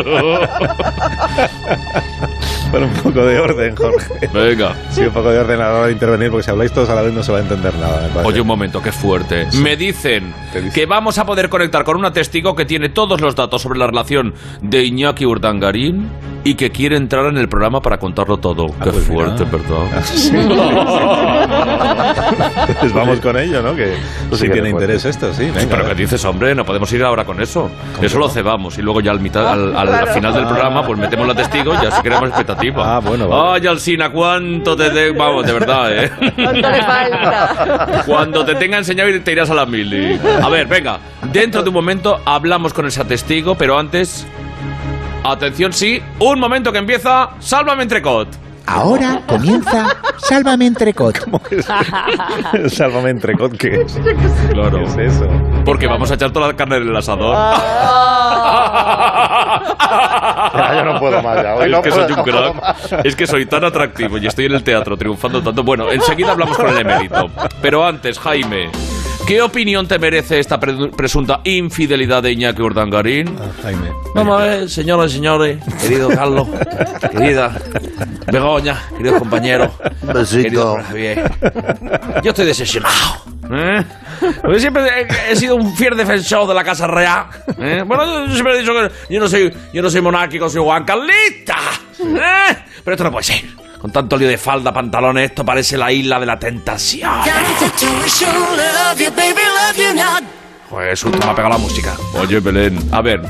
Speaker 1: Pon un poco de orden, Jorge.
Speaker 4: Venga.
Speaker 1: Sí, un poco de orden a la hora de intervenir porque si habláis todos a la vez no se va a entender nada.
Speaker 4: Oye, un momento, qué fuerte. Me dicen que vamos a poder conectar con una testigo que tiene todos los datos sobre la relación de Iñaki Urdangarín y que quiere entrar en el programa para contarlo todo.
Speaker 5: Ah,
Speaker 4: Qué
Speaker 5: pues
Speaker 4: fuerte, perdón.
Speaker 1: Pues vamos con ello, ¿no? Que
Speaker 4: sí
Speaker 1: sí,
Speaker 4: que
Speaker 1: tiene
Speaker 4: le cuento.
Speaker 1: interés esto, sí. venga.
Speaker 4: Pero que dices, hombre, no podemos ir ahora con eso. Eso lo cebamos y luego ya al, mitad, al, al- al final del programa pues metemos la testigo y así creamos expectativa. Ah, bueno, Ay, Alsina, cuánto te... de- Vamos, de verdad, ¿eh?
Speaker 6: ¿Cuánto le falta?
Speaker 4: Cuando te tenga enseñado y te irás a la mili. A ver, venga. Dentro de un momento hablamos con esa testigo, pero antes... Atención, sí. Un momento que empieza... ¡Sálvame entrecot!
Speaker 13: Ahora comienza Sálvame Entrecot.
Speaker 1: Sálvame entrecot, ¿qué es?
Speaker 4: Claro.
Speaker 1: ¿Qué es eso?
Speaker 4: Porque vamos a echar toda la carne en el asador.
Speaker 3: Ya, Ah. yo no puedo más, ya. Hoy
Speaker 4: es
Speaker 3: no
Speaker 4: que
Speaker 3: puedo,
Speaker 4: soy
Speaker 3: no
Speaker 4: un
Speaker 3: puedo
Speaker 4: crack. Es que soy tan atractivo y estoy en el teatro triunfando tanto. Bueno, enseguida hablamos con el emérito. Pero antes, Jaime, ¿qué opinión te merece esta pre- presunta infidelidad de Iñaki Urdangarín?
Speaker 1: Jaime.
Speaker 4: Vamos a ver, señoras y señores, querido Carlos, querida Begoña, queridos compañeros, querido Javier. Yo estoy decepcionado. ¿eh? Porque siempre he, he sido un fiel defensor de la Casa Real. ¿eh? Bueno, yo, yo siempre he dicho que yo no soy, yo no soy monárquico, soy Juan Carlista. ¿eh? Pero esto no puede ser. Con tanto lío de falda, pantalones, esto parece la isla de la tentación. Joder, Jesús, Pues me ha pegado la música. Oye, Belén. A ver,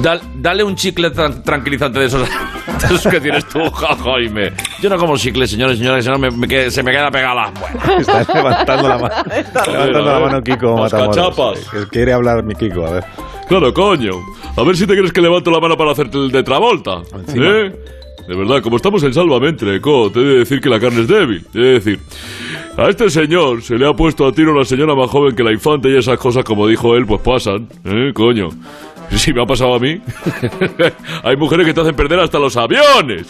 Speaker 4: dal- dale un chicle tran- tranquilizante de esos, de esos que tienes tú, ja, Jaime. Yo no como chicle, señores, señores, si no me- me queda- se me queda pegada la muela.
Speaker 1: Está levantando la mano. Levantando la mano Kiko
Speaker 5: Las
Speaker 1: Matamoros.
Speaker 5: cachapas.
Speaker 1: Que Quiere hablar mi Kiko, a ver.
Speaker 5: Claro, coño. A ver si te crees que levanto la mano para hacerte el de Travolta. ¿Eh? De verdad, como estamos en salvamente, Co, te he de decir que la carne es débil. Te he de decir, a este señor se le ha puesto a tiro una señora más joven que la infanta y esas cosas, como dijo él, pues pasan. ¿Eh, coño? Si me ha pasado a mí. Hay mujeres que te hacen perder hasta los aviones.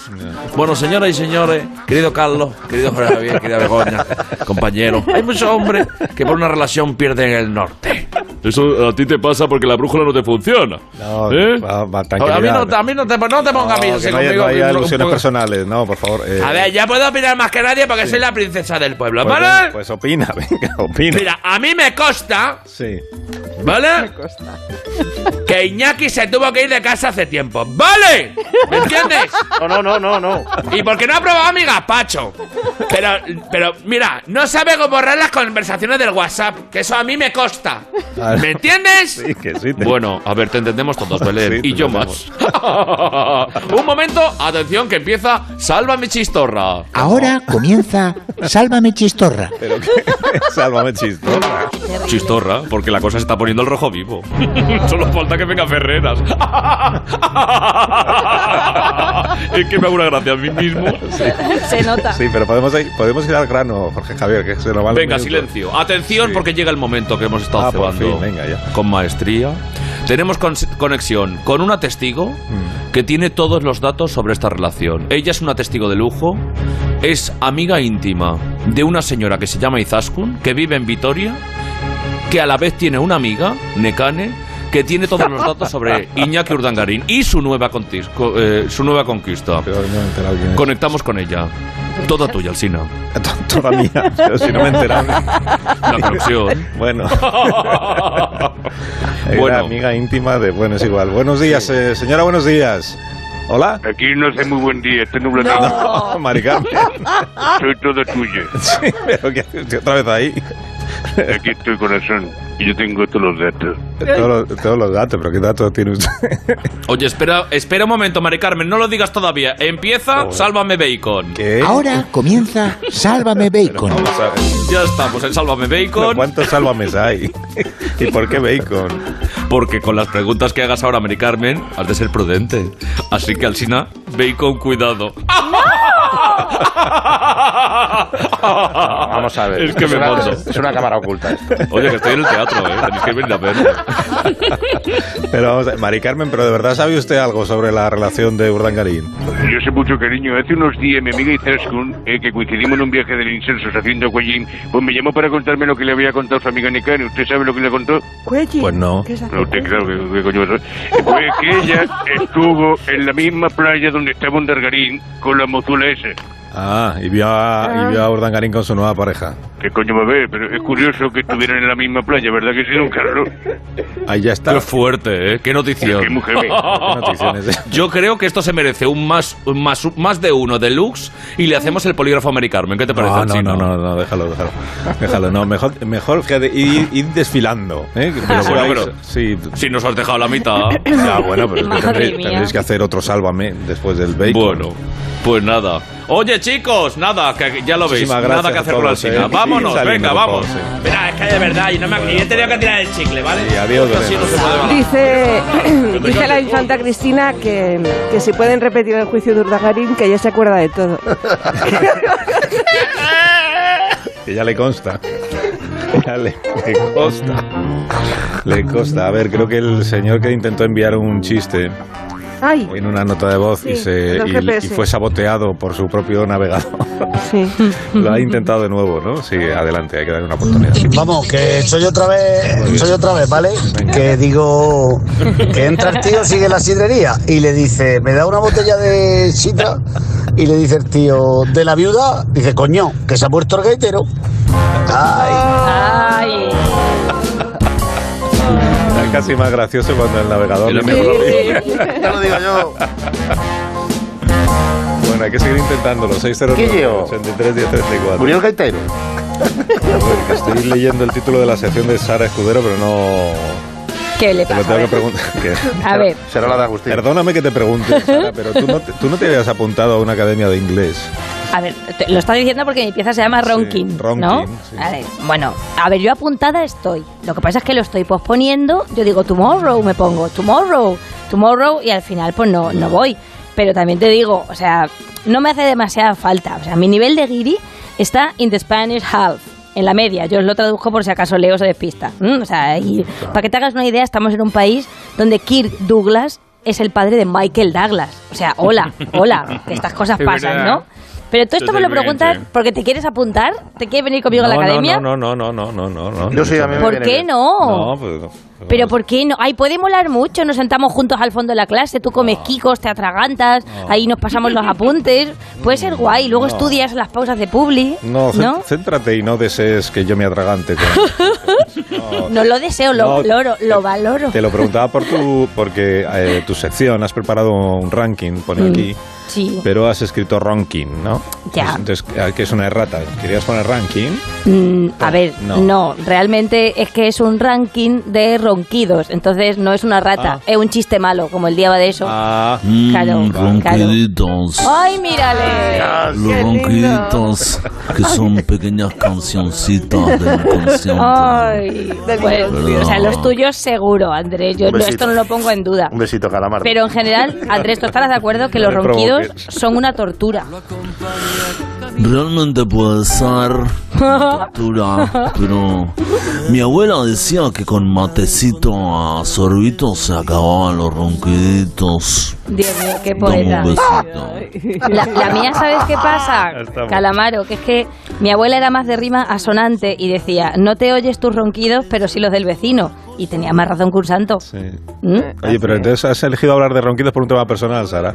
Speaker 4: Bueno, señoras y señores, querido Carlos, querido Jorge Javier, querida Begoña, compañero, hay muchos hombres que por una relación pierden el norte.
Speaker 5: Eso a ti te pasa porque la brújula no te funciona.
Speaker 1: No,
Speaker 5: ¿Eh?
Speaker 1: va- va,
Speaker 4: A mí
Speaker 1: tranquilidad.
Speaker 4: no, a mí no te, no te pongas
Speaker 1: No,
Speaker 4: miedo.
Speaker 1: que
Speaker 4: si
Speaker 1: no haya,
Speaker 4: conmigo-
Speaker 1: no haya ilusiones
Speaker 4: conmigo-
Speaker 1: personales, no, por favor. eh,
Speaker 4: A ver, ya puedo opinar más que nadie porque soy la princesa del pueblo,
Speaker 1: pues,
Speaker 4: ¿vale?
Speaker 1: ven, pues opina, venga, opina.
Speaker 4: Mira, a mí me consta,
Speaker 1: Sí.
Speaker 4: ¿vale? Que Iñaki se tuvo que ir de casa hace tiempo, ¿vale? ¿Me entiendes? No, no, no, no, no. Y porque no ha probado mi gazpacho. Pero, pero, mira, no sabe cómo borrar las conversaciones del WhatsApp, que eso a mí me consta.
Speaker 5: Claro.
Speaker 4: ¿Me entiendes?
Speaker 5: Bueno, a ver, te entendemos todos, Belén. y yo más.
Speaker 4: Un momento, atención, que empieza Salva mi chistorra.
Speaker 13: Ahora comienza Sálvame Chistorra.
Speaker 1: Pero que, sálvame chistorra.
Speaker 5: Chistorra, porque la cosa se está poniendo el rojo vivo. Solo falta que venga Ferreras. es que me hago una gracia a mí mismo.
Speaker 2: Se nota.
Speaker 1: Sí, pero podemos ir, podemos ir al grano, Jorge Javier, que se lo va
Speaker 4: Venga, silencio. Atención, porque llega el momento que hemos estado
Speaker 1: Ah, por
Speaker 4: cebando
Speaker 1: fin, venga, ya.
Speaker 4: con maestría. Tenemos cons- conexión con una testigo
Speaker 1: Mm.
Speaker 4: que tiene todos los datos sobre esta relación. Ella es una testigo de lujo, es amiga íntima de una señora que se llama Izaskun, que vive en Vitoria, que a la vez tiene una amiga, Nekane, que tiene todos los datos sobre Iñaki Urdangarín y su nueva, contis- co- eh, su nueva conquista. Conectamos con ella. Toda tuya, Alsina.
Speaker 1: Toda mía, pero si no me he enterado.
Speaker 4: La conexión.
Speaker 1: Bueno.
Speaker 4: Bueno.
Speaker 1: Bueno. amiga íntima de... Bueno, es igual. Buenos días, eh, señora, buenos días. ¿Hola?
Speaker 7: Aquí no hace muy buen día, está nublado.
Speaker 1: No, Mari Carmen.
Speaker 7: Soy todo tuyo.
Speaker 1: Sí, pero ¿qué haces otra vez ahí?
Speaker 7: Aquí estoy, corazón. Y yo tengo todos los datos.
Speaker 1: Todos los, todos los datos, pero ¿qué datos tiene usted?
Speaker 4: Oye, espera, espera un momento, Mari Carmen, no lo digas todavía. Empieza, sálvame bacon.
Speaker 13: Ahora comienza Sálvame Bacon.
Speaker 4: Ya estamos en Sálvame Bacon.
Speaker 1: ¿Cuántos sálvames hay? ¿Y por qué bacon?
Speaker 4: Porque con las preguntas que hagas ahora, Mari Carmen, has de ser prudente. Así que, Alsina, bacon, cuidado. Vamos
Speaker 3: a ver.
Speaker 4: Es que
Speaker 3: Es
Speaker 4: me
Speaker 3: una-
Speaker 4: monto.
Speaker 3: es una cámara oculta esto.
Speaker 4: Oye, que estoy en el teatro, ¿eh? Tenéis que venir a verme.
Speaker 1: Pero vamos, a- Mari Carmen, pero de verdad sabe usted algo sobre la relación de Urdangarín.
Speaker 7: Yo sé mucho cariño. Hace unos días mi amiga Izaskun, eh, que coincidimos en un viaje del incenso haciendo cuellín, pues me llamó para contarme lo que le había contado su amiga Nekane. ¿Usted sabe lo que le contó?
Speaker 1: Pues no.
Speaker 7: No, usted claro que, que coño eso. Pues que ella estuvo en la misma playa donde estaba un dargarín con la mozula esa.
Speaker 1: Ah, y vio a, y vio a Urdangarín con su nueva pareja.
Speaker 7: Que coño me ve, pero es curioso que estuvieran en la misma playa, ¿verdad que sí, don Carlos?
Speaker 1: Ahí ya está.
Speaker 4: Qué fuerte, ¿eh? Qué notición.
Speaker 7: Qué mujer. Qué
Speaker 1: eh.
Speaker 7: noticiones,
Speaker 4: Yo creo que esto se merece un más, un más, un más de uno deluxe y le hacemos el polígrafo a Mari Carmen. ¿Qué te parece,
Speaker 1: Ah, No, no,
Speaker 4: Alsina?
Speaker 1: no, no, no, déjalo, déjalo. Déjalo, no, mejor, mejor fíjate, ir, ir desfilando. ¿eh? Que-
Speaker 4: Pero
Speaker 1: se
Speaker 4: bueno,
Speaker 1: vais-
Speaker 4: pero
Speaker 1: sí.
Speaker 4: si nos has dejado la mitad.
Speaker 1: Ya, Ah, bueno, pero es que
Speaker 4: Madre
Speaker 1: tendréis,
Speaker 4: mía.
Speaker 1: tendréis que hacer otro sálvame después del bacon. Bueno,
Speaker 4: pues nada. Oye, chicos, nada, que ya lo veis.
Speaker 1: Muchísimas
Speaker 4: Nada
Speaker 1: gracias
Speaker 4: que hacer
Speaker 1: a
Speaker 4: con la
Speaker 1: todos,
Speaker 4: Alsina.
Speaker 1: eh.
Speaker 4: Vámonos,
Speaker 1: Sí, saliendo,
Speaker 4: venga,
Speaker 1: por favor,
Speaker 4: vamos. Mira, es que de verdad, yo, no me, yo he tenido que tirar el chicle, ¿vale?
Speaker 1: Y adiós,
Speaker 4: Esto sí no
Speaker 1: Belén.
Speaker 4: se puede bajar.
Speaker 6: Dice, dice la infanta Cristina que, que si pueden repetir el juicio de Urdagarín, que ella se acuerda de todo.
Speaker 1: Que ya le consta. Ya le, le consta. Le consta. A ver, creo que el señor que intentó enviar un chiste
Speaker 6: Ay,
Speaker 1: en una nota de voz
Speaker 6: Sí,
Speaker 1: y, se,
Speaker 6: del
Speaker 1: y-
Speaker 6: GPS.
Speaker 1: y fue saboteado por su propio navegador.
Speaker 6: sí.
Speaker 1: Lo ha intentado de nuevo, ¿no? Sí, adelante, hay que darle una oportunidad.
Speaker 14: Vamos, que soy otra vez, soy otra vez, ¿vale? Que digo que entra el tío, sigue la sidrería y le dice, me da una botella de sidra y le dice el tío, de la viuda, dice, coño, que se ha muerto el gaitero.
Speaker 1: Ah.
Speaker 2: Ay.
Speaker 1: Está casi más gracioso cuando el navegador.
Speaker 4: Sí,
Speaker 1: le pone
Speaker 4: sí.
Speaker 1: la vida.
Speaker 3: Ya lo digo yo.
Speaker 1: Bueno, hay que seguir intentándolo. 609
Speaker 3: Quillo.
Speaker 1: 83 1034.
Speaker 3: Murió el gaitero.
Speaker 1: Estoy leyendo el título de la sección de Sara Escudero, pero no.
Speaker 2: ¿Qué le
Speaker 1: Te lo
Speaker 2: pasa?
Speaker 1: tengo que preguntar. que-
Speaker 2: A ver.
Speaker 3: Será la de Agustín.
Speaker 1: Perdóname que te pregunte, Sara, pero tú no, te, tú no te habías apuntado a una academia de inglés.
Speaker 2: A ver, te- lo está diciendo porque mi pieza se llama Ronkin,
Speaker 1: Ronkin,
Speaker 2: ¿no?
Speaker 1: sí.
Speaker 2: A ver, bueno, a ver, yo apuntada estoy. Lo que pasa es que lo estoy posponiendo. Yo digo tomorrow, me pongo tomorrow, tomorrow y al final pues no, no voy. Pero también te digo, o sea, no me hace demasiada falta. O sea, mi nivel de guiri está in the Spanish half. En la media, yo os lo traduzco por si acaso Leo se despista. ¿Mm? O sea, y para que te hagas una idea, estamos en un país donde Kirk Douglas es el padre de Michael Douglas. O sea, hola, hola, que estas cosas
Speaker 15: Es
Speaker 2: pasan,
Speaker 15: verdad.
Speaker 2: ¿no? Pero todo esto me lo preguntas
Speaker 1: Totalmente.
Speaker 2: porque te quieres apuntar, te quieres venir conmigo a la
Speaker 1: No, no,
Speaker 2: academia.
Speaker 1: No, no, no, no, no, no, no.
Speaker 3: Yo sí, a mí me
Speaker 2: ¿Por viene qué bien. no?
Speaker 1: No, pues,
Speaker 2: Pero ¿por qué no? Ahí puede molar mucho, nos sentamos juntos al fondo de la clase, tú comes quicos, te atragantas, ahí nos pasamos los apuntes, puede ser guay, luego
Speaker 1: No.
Speaker 2: estudias las pausas de publi,
Speaker 1: no,
Speaker 2: ¿no?
Speaker 1: cén- céntrate y no desees que yo me atragante. con-
Speaker 2: No lo deseo, lo,
Speaker 1: No, eh,
Speaker 2: valoro, lo valoro.
Speaker 1: Te lo preguntaba por tu, porque eh, tu sección has preparado un ranking, pone
Speaker 2: Mm,
Speaker 1: aquí.
Speaker 2: sí.
Speaker 1: Pero has escrito ranking, ¿no?
Speaker 2: Ya.
Speaker 1: Entonces, eh, que es una errata. Querías poner ranking.
Speaker 2: Mm, a ver,
Speaker 1: no.
Speaker 2: no. realmente es que es un ranking de ronquidos, entonces no es una rata,
Speaker 1: Ah.
Speaker 2: es un chiste malo, como el día va de eso.
Speaker 1: Ah,
Speaker 2: Claro,
Speaker 15: Mm,
Speaker 2: claro.
Speaker 15: ronquiditos.
Speaker 2: ¡Ay, mírale!
Speaker 15: Los ronquiditos que son pequeñas cancioncitas de canción.
Speaker 2: Ah. Ay, pues, o sea, los tuyos seguro, Andrés. Yo
Speaker 3: Un
Speaker 2: no-
Speaker 3: besito.
Speaker 2: esto no lo pongo en duda.
Speaker 3: Un besito, calamar.
Speaker 2: Pero en general, Andrés, ¿tú estarás de acuerdo que
Speaker 3: No
Speaker 2: los
Speaker 3: me
Speaker 2: ronquidos
Speaker 3: provoques.
Speaker 2: son una tortura?
Speaker 15: Realmente puede ser tortura, pero mi abuela decía que con matecito a sorbitos se acababan los ronquiditos.
Speaker 2: Dios mío, qué
Speaker 15: Dame un
Speaker 2: poeta.
Speaker 6: Ah,
Speaker 2: La, la mía, ¿sabes qué pasa?
Speaker 15: Estamos.
Speaker 2: Calamaro, que es que mi abuela era más de rima asonante y decía, no te oyes tus ronquidos, pero sí los del vecino. Y tenía más razón que un santo. ¿Mm?
Speaker 1: Oye, pero entonces has elegido hablar de ronquidos por un tema personal, Sara.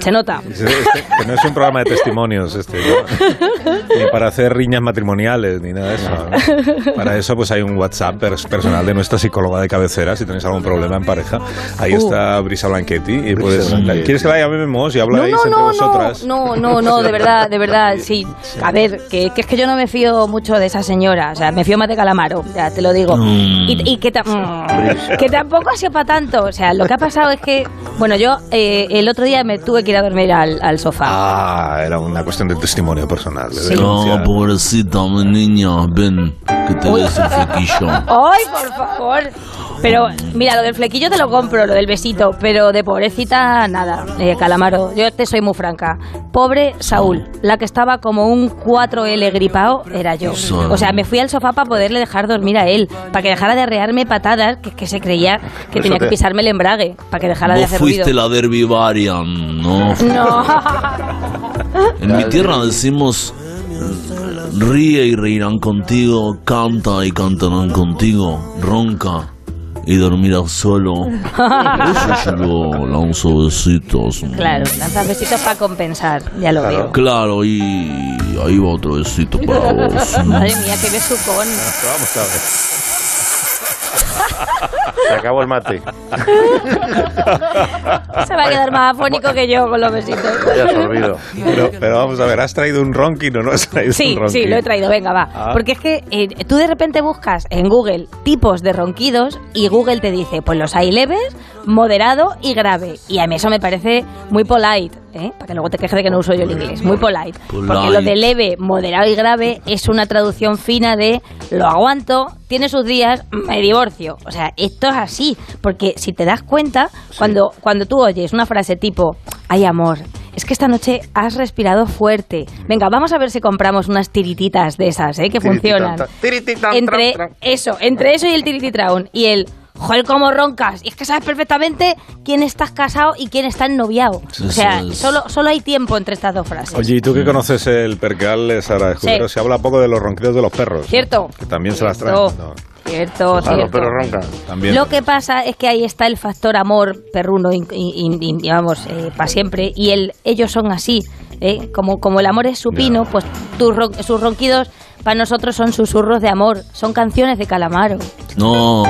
Speaker 2: Se nota.
Speaker 1: Es- es- que no es un programa de testimonios este. ¿no? Ni para hacer riñas matrimoniales, ni nada de eso. ¿no? Para eso pues hay un WhatsApp pers- personal de nuestra psicóloga de cabecera, si tenéis algún problema en pareja. Ahí
Speaker 2: Uh.
Speaker 1: está Brisa Blanchetti. Y puedes-
Speaker 3: Blanchetti.
Speaker 1: ¿Quieres que la llamemos y habláis
Speaker 2: No,
Speaker 1: entre
Speaker 2: no, no,
Speaker 1: vosotras?
Speaker 2: no, no, no, de verdad, de verdad, sí. A ver, que, que es que yo no me fío mucho de esa señora, o sea, me fío más de Calamaro, ya te lo digo. Y, y que, ta- mm, que tampoco ha sido para tanto, o sea, lo que ha pasado es que, bueno, yo eh, el otro día me tuve que ir a dormir al, al sofá.
Speaker 1: Ah, era una cuestión de testimonio personal. de
Speaker 15: No,
Speaker 1: denuncia.
Speaker 15: Ah, pobrecita, mi niña, ven, que te des un flequillo.
Speaker 2: ¡Ay, por favor! Pero, mira, lo del flequillo te lo compro, lo del besito, pero de pobrecita, nada, eh, Calamaro. Yo te soy muy franca. Pobre Saúl, la que estaba como un 4L gripado era yo. O sea, me fui al sofá para poderle dejar dormir a él, para que dejara de arrearme patadas, que, que se creía que
Speaker 15: Eso
Speaker 2: tenía que
Speaker 15: te-
Speaker 2: pisarme el embrague, para que dejara de
Speaker 15: Vos
Speaker 2: hacer
Speaker 15: fuiste
Speaker 2: ruido.
Speaker 15: la Derbyvarian, ¿no?
Speaker 2: No,
Speaker 15: En mi tierra decimos eh, ríe y reirán contigo, canta y cantarán contigo, ronca y dormirás solo. Eso yo lo lanzo besitos.
Speaker 2: claro, lanzas besitos para compensar, ya lo veo.
Speaker 15: Claro, y ahí va otro besito para vos.
Speaker 2: Madre mía, qué besucón.
Speaker 3: Vamos a ver. Se acabó el mate.
Speaker 2: Se va a quedar más afónico que yo con los besitos.
Speaker 1: Pero, pero vamos a ver, ¿has traído un ronquín o no has traído
Speaker 2: Sí,
Speaker 1: un ronquín?
Speaker 2: sí, lo he traído, venga, va.
Speaker 1: Ah.
Speaker 2: Porque es que eh, tú de repente buscas en Google tipos de ronquidos y Google te dice, pues los hay leves, moderado y grave. Y a mí eso me parece muy polite, ¿eh? Para que luego te quejes de que no uso yo el inglés, muy polite. Porque lo de leve, moderado y grave es una traducción fina de lo aguanto, tiene sus días, me divorcio. O sea, esto es así, porque si te das cuenta, cuando, cuando tú oyes una frase tipo, hay amor, es que esta noche has respirado fuerte. Venga, vamos a ver si compramos unas tirititas de esas, ¿eh? Que funcionan. Entre eso, entre eso y el tirititraun y el... Joder, cómo roncas. Y es que sabes perfectamente quién estás casado y quién está ennoviado. O sea,
Speaker 1: Eso es.
Speaker 2: solo, solo hay tiempo entre estas dos frases.
Speaker 1: Oye, ¿y tú que conoces el percal, Sara? Escudero,
Speaker 2: Sí.
Speaker 1: se habla poco de los ronquidos de los perros.
Speaker 2: Cierto.
Speaker 1: Que también se las traen.
Speaker 2: Cierto. Cierto, Oh, cierto.
Speaker 1: También.
Speaker 2: Lo que pasa es que ahí está el factor amor perruno, in- in- in- digamos, para eh, siempre, y el, ellos son así. ¿eh? Como, como el amor es supino, pues tus ron- sus ronquidos para nosotros son susurros de amor, son canciones de calamaro.
Speaker 15: No,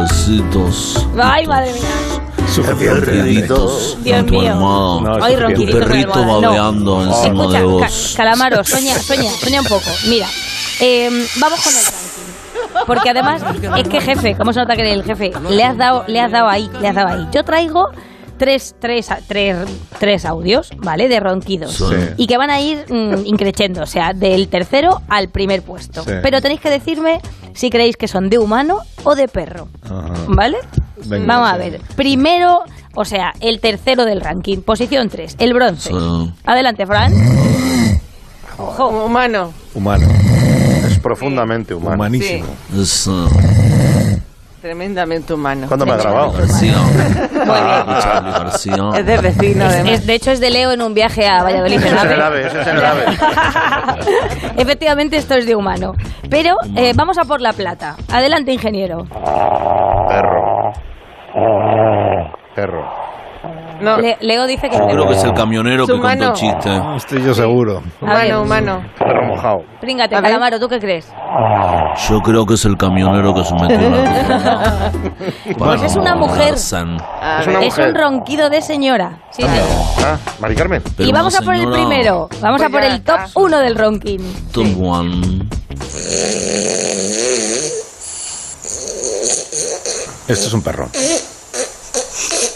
Speaker 15: besitos.
Speaker 2: ¡Ay, madre mía!
Speaker 15: Ronquiditos
Speaker 2: Dios
Speaker 15: en tu
Speaker 2: mío.
Speaker 15: almohada.
Speaker 2: No, Ay,
Speaker 15: tu
Speaker 2: ronquiditos en la
Speaker 15: perrito
Speaker 2: almohada.
Speaker 15: babeando
Speaker 2: No.
Speaker 15: encima
Speaker 2: Escucha,
Speaker 15: de
Speaker 2: ca-
Speaker 15: vos.
Speaker 2: Calamaro, sueña, sueña, sueña un poco. Mira, eh, vamos con el ranking. Porque además, es que jefe, ¿cómo se nota que eres el jefe? Le has dado, le has dado ahí, le has dado ahí. Yo traigo tres, tres, tres, tres audios, ¿vale? De ronquidos.
Speaker 16: Sí.
Speaker 2: Y que van a ir mm, increciendo, o sea, del tercero al primer puesto.
Speaker 1: Sí.
Speaker 2: Pero tenéis que decirme si creéis que son de humano o de perro.
Speaker 6: Ah.
Speaker 2: ¿Vale?
Speaker 1: Venga,
Speaker 2: Vamos a
Speaker 1: sí.
Speaker 2: ver. Primero, o sea, el tercero del ranking. Posición 3, el bronce.
Speaker 1: Sí.
Speaker 2: Adelante, Fran. Humano.
Speaker 1: Humano.
Speaker 3: Es profundamente humano.
Speaker 1: Humanísimo.
Speaker 15: Es, eh,
Speaker 6: Tremendamente humano.
Speaker 3: ¿Cuándo me ha grabado?
Speaker 15: García.
Speaker 6: Muy bien.
Speaker 15: Charlie García.
Speaker 6: Es de vecino,
Speaker 2: Es-
Speaker 6: además.
Speaker 2: es- de hecho, es de Leo en un viaje a Valladolid.
Speaker 3: Ese
Speaker 2: en
Speaker 3: es
Speaker 2: AVE.
Speaker 3: el ave, ese es el ave.
Speaker 2: Efectivamente, esto es de humano. Pero eh, vamos a por la plata. Adelante, ingeniero.
Speaker 3: Perro. Perro.
Speaker 6: No.
Speaker 2: Le- Leo dice que
Speaker 15: Yo
Speaker 2: es de
Speaker 15: creo que es el
Speaker 2: humano.
Speaker 15: camionero
Speaker 2: Es
Speaker 15: que contó
Speaker 2: humano.
Speaker 15: el chiste.
Speaker 1: estoy Ah, yo seguro.
Speaker 2: A ver.
Speaker 6: Humano, humano.
Speaker 3: Perro mojado.
Speaker 2: Príngate, Calamaro, ¿tú qué crees?
Speaker 15: Yo creo que es el camionero que se metió en la
Speaker 2: Pues es una mujer. Ah,
Speaker 15: Es
Speaker 3: Es una
Speaker 2: Es
Speaker 3: mujer.
Speaker 2: un ronquido de señora. Sí, señor.
Speaker 3: Ah, Mari Carmen.
Speaker 2: y vamos a por el primero. Vamos a
Speaker 6: Pues
Speaker 2: por el top 1 del ronquín.
Speaker 15: Top one.
Speaker 1: Esto es un perro.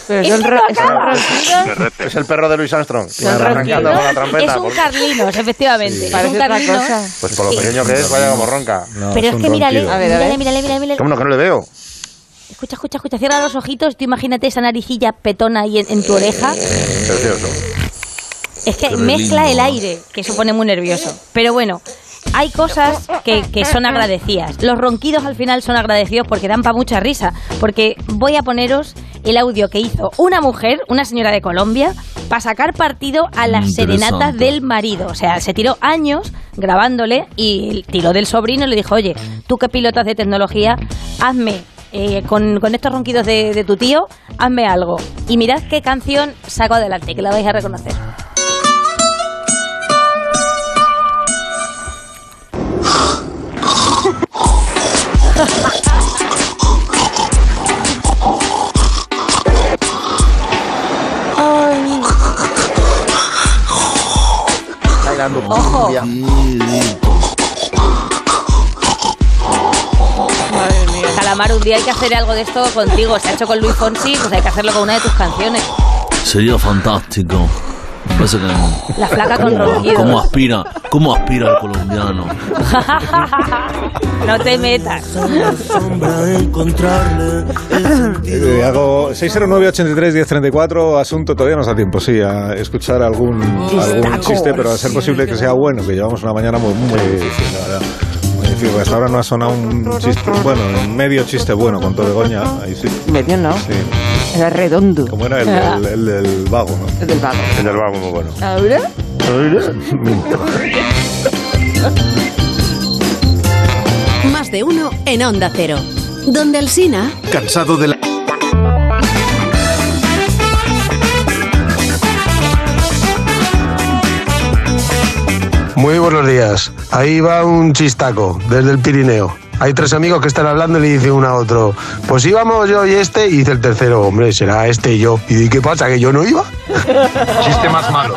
Speaker 6: Pero
Speaker 2: ¿Esto
Speaker 6: son
Speaker 2: lo
Speaker 6: ra- son
Speaker 2: acabas?
Speaker 6: ronquidos.
Speaker 3: Es el perro de Luis Armstrong. Arrancando
Speaker 2: ¿No?
Speaker 3: con la trompeta.
Speaker 2: Es un
Speaker 3: por-
Speaker 2: Carlinos, efectivamente. Es un
Speaker 6: Parece otra
Speaker 2: Carlinos.
Speaker 6: cosa.
Speaker 3: Pues por lo pequeño que es, vaya como ronca.
Speaker 2: Pero es, que mírale,
Speaker 6: A ver, a
Speaker 2: mírale,
Speaker 6: ver.
Speaker 2: mírale, mírale, mírale.
Speaker 3: ¿Cómo no que no le veo?
Speaker 2: Escucha, escucha, escucha. Cierra los ojitos. Tú imagínate esa naricilla petona ahí en, en tu oreja.
Speaker 3: Precioso.
Speaker 2: Es que
Speaker 3: Qué
Speaker 2: mezcla
Speaker 3: lindo.
Speaker 2: el aire, que eso pone muy nervioso. Pero bueno, hay cosas que, que son agradecidas. Los ronquidos al final son agradecidos porque dan para mucha risa. Porque voy a poneros el audio que hizo una mujer, una señora de Colombia, para sacar partido a las
Speaker 11: Interesante.
Speaker 2: serenatas del marido. O sea, se tiró años grabándole y tiró del sobrino y le dijo, oye, tú que pilotas de tecnología, hazme... eh, con, con estos ronquidos de, de tu tío, hazme algo. Y mirad qué canción saco adelante, que la vais a reconocer.
Speaker 14: Bailando.
Speaker 2: Ojo. Calamar, un día hay que hacer algo de esto contigo. Se ha hecho con Luis Fonsi, pues hay que hacerlo con una de tus canciones.
Speaker 15: Sería fantástico. Me parece que-
Speaker 2: La flaca con
Speaker 15: ¿Cómo,
Speaker 2: ronquidos.
Speaker 15: cómo aspira? ¿Cómo aspira el colombiano?
Speaker 2: no te metas.
Speaker 1: Eh, hago 609-83-1034, asunto, todavía nos da tiempo, sí, a escuchar algún, algún chiste, pero a ser posible que sea bueno, que llevamos una mañana muy, muy difícil, la verdad. Muy difícil. Hasta ahora no ha sonado un chiste, bueno, un medio chiste bueno con todo Begoña, ahí sí.
Speaker 6: Medio no.
Speaker 1: Sí.
Speaker 6: Era redondo.
Speaker 1: Como era el, el, el- el vago, ¿no?
Speaker 6: El del vago.
Speaker 1: El del vago, muy bueno.
Speaker 6: ¿Ahora?
Speaker 11: Más de uno en Onda Cero. Donde Alsina.
Speaker 13: Cansado de la...
Speaker 9: Muy buenos días. Ahí va un chistaco desde el Pirineo. Hay tres amigos que están hablando y le dice uno a otro, pues íbamos yo y este, y dice el tercero, hombre, será este y yo. Y dice, ¿qué pasa? ¿Que yo no iba?
Speaker 16: Chiste más malo.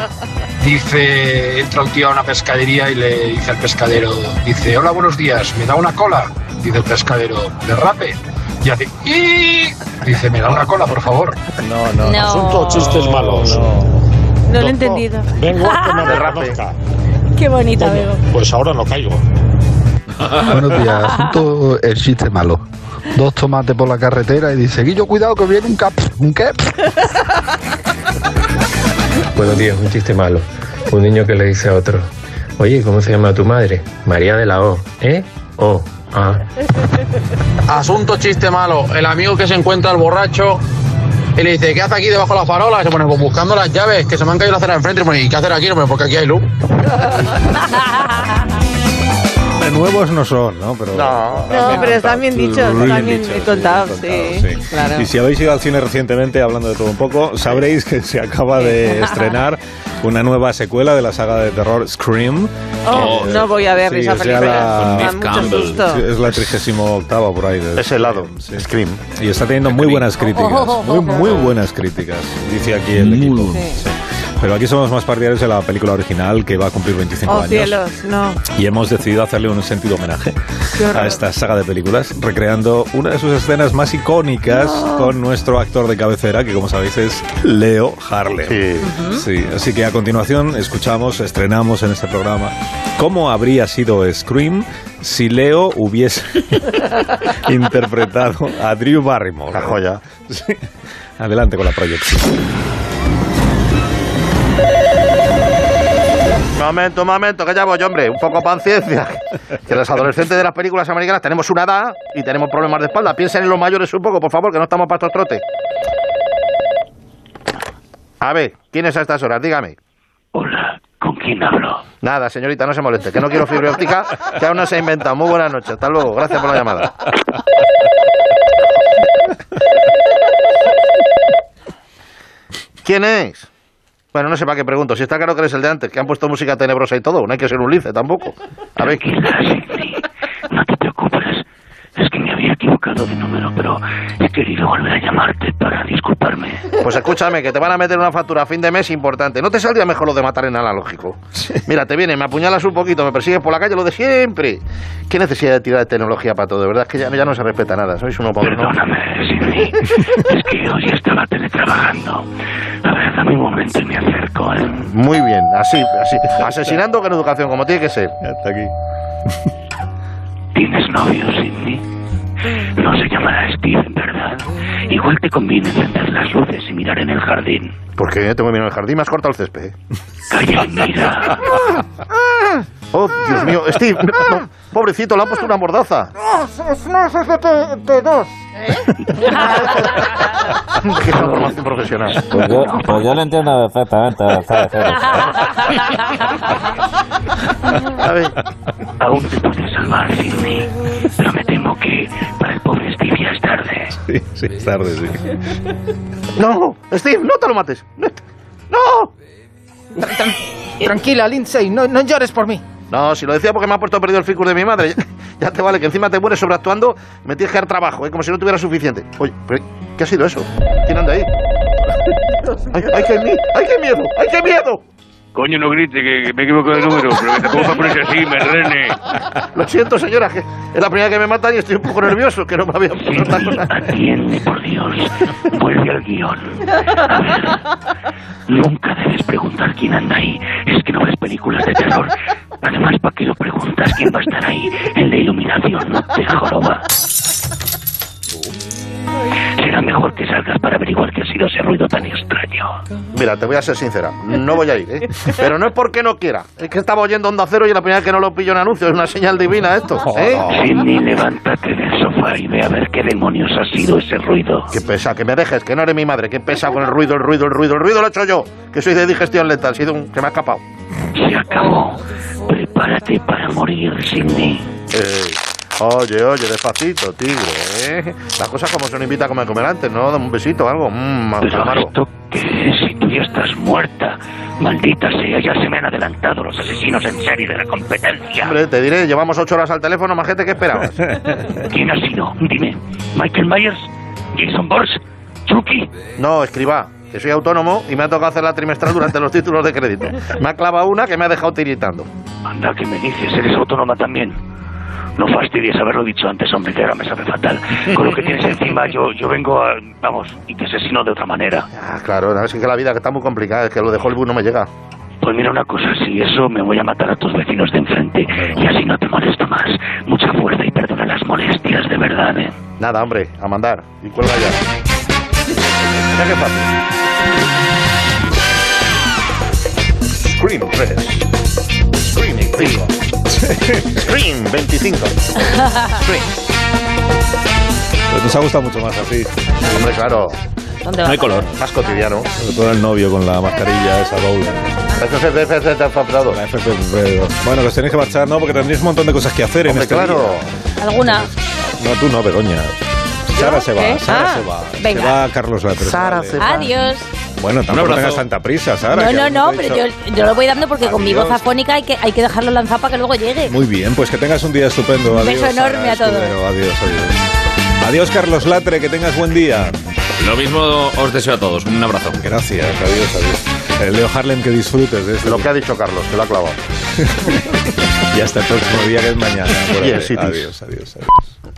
Speaker 16: Dice, entra un tío a una pescadería y le dice al pescadero, dice, hola, buenos días, ¿me da una cola? Dice el pescadero, derrape. Y hace, "Y". dice, ¿me da una cola, por favor?
Speaker 1: No,
Speaker 16: no,
Speaker 2: No.
Speaker 16: Asunto chistes malos.
Speaker 6: No lo he entendido.
Speaker 16: Vengo
Speaker 6: a que me
Speaker 16: derrape.
Speaker 2: Qué bonita, veo.
Speaker 16: Pues ahora no caigo.
Speaker 17: Buenos días, asunto el chiste malo. Dos tomates por la carretera y dice, Guillo, cuidado que viene un cap, un qué.
Speaker 18: Buenos días, un chiste malo. Un niño que le dice a otro, oye, ¿cómo se llama tu madre? María de la O. ¿Eh? O. Ah.
Speaker 16: Asunto chiste malo. El amigo que se encuentra al borracho y le dice, ¿qué hace aquí debajo de la farola? Y se pone, pues buscando las llaves, que se me han caído las ceras enfrente. Y pone, ¿y qué hacer aquí? No, porque aquí hay luz.
Speaker 1: De nuevos no son, ¿no? Pero,
Speaker 6: No, pero están bien dichos,
Speaker 1: Muy
Speaker 6: están bien contados, sí,
Speaker 1: sí.
Speaker 6: claro.
Speaker 1: Y si habéis ido al cine recientemente, hablando de todo un poco, sabréis que se acaba de estrenar una nueva secuela de la saga de terror Scream.
Speaker 6: Oh,
Speaker 1: Eh,
Speaker 6: no voy a ver
Speaker 1: sí,
Speaker 6: esa
Speaker 1: es ya
Speaker 6: película.
Speaker 1: la-
Speaker 6: Me da mucho susto.
Speaker 1: Sí, Es la 38 octava por ahí. es helado, Scream. Y está teniendo muy buenas críticas,
Speaker 6: Oh.
Speaker 1: muy, muy buenas críticas, dice aquí el equipo. Sí. Pero aquí somos más partidarios de la película original que va a cumplir 25
Speaker 6: Oh,
Speaker 1: años.
Speaker 6: cielos, no.
Speaker 1: Y hemos decidido hacerle un sentido homenaje
Speaker 6: Qué horror.
Speaker 1: a esta saga de películas, recreando una de sus escenas más icónicas con nuestro actor de cabecera, que como sabéis es Leo Harlem. Sí. así que a continuación escuchamos, estrenamos en este programa cómo habría sido Scream si Leo hubiese interpretado a Drew Barrymore. La joya. Adelante con la proyección.
Speaker 3: Momento, momento, que ya voy, hombre. Un poco paciencia. Que los adolescentes de las películas americanas tenemos una edad y tenemos problemas de espalda. Piensen en los mayores un poco, por favor, que no estamos para estos trotes. A ver, ¿quién es a estas horas? Dígame. Hola, ¿con quién hablo? Nada, señorita, no se moleste, que no quiero fibra óptica, que aún no se ha inventado. Muy buenas noches, hasta luego, gracias por la llamada. ¿Quién es? Bueno, no sé para qué pregunto. Si está claro que eres el de antes, que han puesto música tenebrosa y todo, no hay que ser un lince tampoco. A ver.
Speaker 19: No te preocupes. Es que me había equivocado de número, pero he querido volver a llamarte para disculparme.
Speaker 3: Pues escúchame, que te van a meter una factura a fin de mes importante. ¿No te saldría mejor lo de matar en analógico? Mira, te viene, me apuñalas un poquito, me persigues por la calle, lo de siempre. ¿Qué necesidad de tirar de tecnología para todo? De verdad es que ya, ya no se respeta nada. Sois uno para uno.
Speaker 19: Perdóname, Sidney. Es que hoy estaba teletrabajando. A ver, dame un momento y me acerco. ¿eh?
Speaker 3: Muy bien, así, así. Asesinando con educación, como tiene que ser. Hasta aquí.
Speaker 19: ¿Tienes novio, Sidney? No se llamará Steve, ¿verdad? Igual te conviene encender las luces y mirar en el jardín.
Speaker 3: Porque qué tengo miedo al jardín? Me has cortado el césped.
Speaker 19: Calla y mira.
Speaker 3: Oh, Dios mío. Steve, no, no. pobrecito, le han puesto una mordaza. Qué formación profesional.
Speaker 20: Pues yo, pues yo lo entiendo perfectamente. ¿sabes?
Speaker 3: A ver.
Speaker 19: Aún te puedes salvar, Sidney. Pero me temo que para el pobre Steve ya es tarde.
Speaker 1: Sí, sí, es tarde, sí.
Speaker 3: No, Steve, no te lo mates. No. te- no.
Speaker 21: Tranquila, Lindsay, no, no llores por mí.
Speaker 3: No, si lo decía porque me ha puesto perdido el ficus de mi madre. Ya, ya te vale, que encima te mueres sobreactuando, me tienes que dar trabajo, ¿eh? como si no tuviera suficiente. Oye, pero ¿qué ha sido eso? ¿Quién anda ahí? ¡Ay, ay, qué, mi- ay, qué miedo! ¡Ay, qué miedo!
Speaker 7: Coño, no grite, que, que me he equivocado de número, pero que tampoco me pones así, me rene.
Speaker 3: Lo siento, señora, que es la primera que me matan y estoy un poco nervioso, que no me había puesto esta cosa.
Speaker 19: Atiende, por Dios. Vuelve al guión. A ver, nunca debes preguntar quién anda ahí. Es que no ves películas de terror. Además, ¿para qué lo preguntas quién va a estar ahí? En la iluminación no te joroba. Será mejor que salgas para averiguar qué ha sido ese ruido tan extraño.
Speaker 3: Mira, te voy a ser sincera, no voy a ir, ¿eh? Pero no es porque no quiera, es que estaba oyendo Onda Cero y es la primera vez que no lo pillo en anuncio, es una señal divina esto, ¿eh?
Speaker 19: Sidney, levántate del sofá y ve a ver qué demonios ha sido ese ruido.
Speaker 3: Qué pesa, que me dejes, que no eres mi madre, que pesa con el ruido, el ruido, el ruido, el ruido lo he hecho yo, que soy de digestión letal, sido un, se me ha escapado.
Speaker 19: Se acabó. Prepárate Pues para morir, Sidney.
Speaker 3: Eh, oye, oye, despacito, tigre, ¿eh? Las cosas como son, invita a comer, comer antes, ¿no? Dame un besito o algo, mmm,
Speaker 19: Pero esto qué es, si tú ya estás muerta. Maldita sea, ya se me han adelantado los asesinos en serie de la competencia.
Speaker 3: Hombre, te diré, llevamos ocho horas al teléfono, más gente, ¿qué esperabas?
Speaker 19: ¿Quién ha sido? Dime, ¿Michael Myers? ¿Jason Bourne? ¿Chucky?
Speaker 3: No, escriba, que soy autónomo y me ha tocado hacer la trimestral durante los títulos de crédito. Me ha clavado una que me ha dejado tiritando.
Speaker 19: Anda, ¿qué me dices? Eres autónoma también. No fastidies haberlo dicho antes, hombre, que ahora me sabe fatal. Con lo que tienes encima, yo, yo vengo a. Vamos, y te asesino de otra manera.
Speaker 3: Ah, claro, no, es que la vida que está muy complicada, es que lo de Hollywood no me llega.
Speaker 19: Pues mira una cosa, si eso me voy a matar a tus vecinos de enfrente y así no te molesto más. Mucha fuerza y perdona las molestias, de verdad, ¿eh?
Speaker 3: Nada, hombre, a mandar. Y cuelga ya. Mira qué fácil. Scream 3. Scream 5. Scream 25.
Speaker 1: Nos ha gustado mucho más así.
Speaker 3: Hombre, claro.
Speaker 2: ¿Dónde
Speaker 1: No
Speaker 2: va?
Speaker 1: hay color.
Speaker 3: Más cotidiano.
Speaker 1: Sobre todo el novio con la mascarilla, esa bowler. Bueno, que os tenéis que marchar, ¿no? Porque tendréis un montón de cosas que hacer en
Speaker 3: Hombre,
Speaker 1: este
Speaker 3: claro.
Speaker 1: día.
Speaker 2: ¿Alguna?
Speaker 1: No, tú no, Begoña. Sara se va,
Speaker 2: ¿Qué?
Speaker 1: Sara
Speaker 2: Ah,
Speaker 1: se va.
Speaker 2: venga.
Speaker 1: Se va Carlos Latre. vale.
Speaker 2: Adiós.
Speaker 1: Bueno, tampoco
Speaker 4: abrazo.
Speaker 1: tengas tanta prisa, Sara.
Speaker 2: No,
Speaker 1: que
Speaker 2: no,
Speaker 1: aún
Speaker 2: no,
Speaker 1: te he
Speaker 2: pero
Speaker 1: dicho-
Speaker 2: yo, yo lo voy dando porque con mi voz afónica hay que, hay que dejarlo lanzado para que luego llegue.
Speaker 1: Muy bien, pues que tengas un día estupendo.
Speaker 2: Un
Speaker 1: Adiós,
Speaker 2: beso
Speaker 1: Sara
Speaker 2: enorme a todos.
Speaker 1: Escudero. Adiós, adiós. Adiós, Carlos Latre, que tengas buen día.
Speaker 4: Lo mismo os deseo a todos. Un abrazo.
Speaker 1: Gracias, adiós, adiós. Eh, Leo Harlem, que disfrutes de este esto.
Speaker 3: Lo que ha dicho Carlos, que lo ha clavado.
Speaker 1: Y hasta el próximo día, que es mañana.
Speaker 3: Yes, it is.
Speaker 1: adiós, adiós, adiós.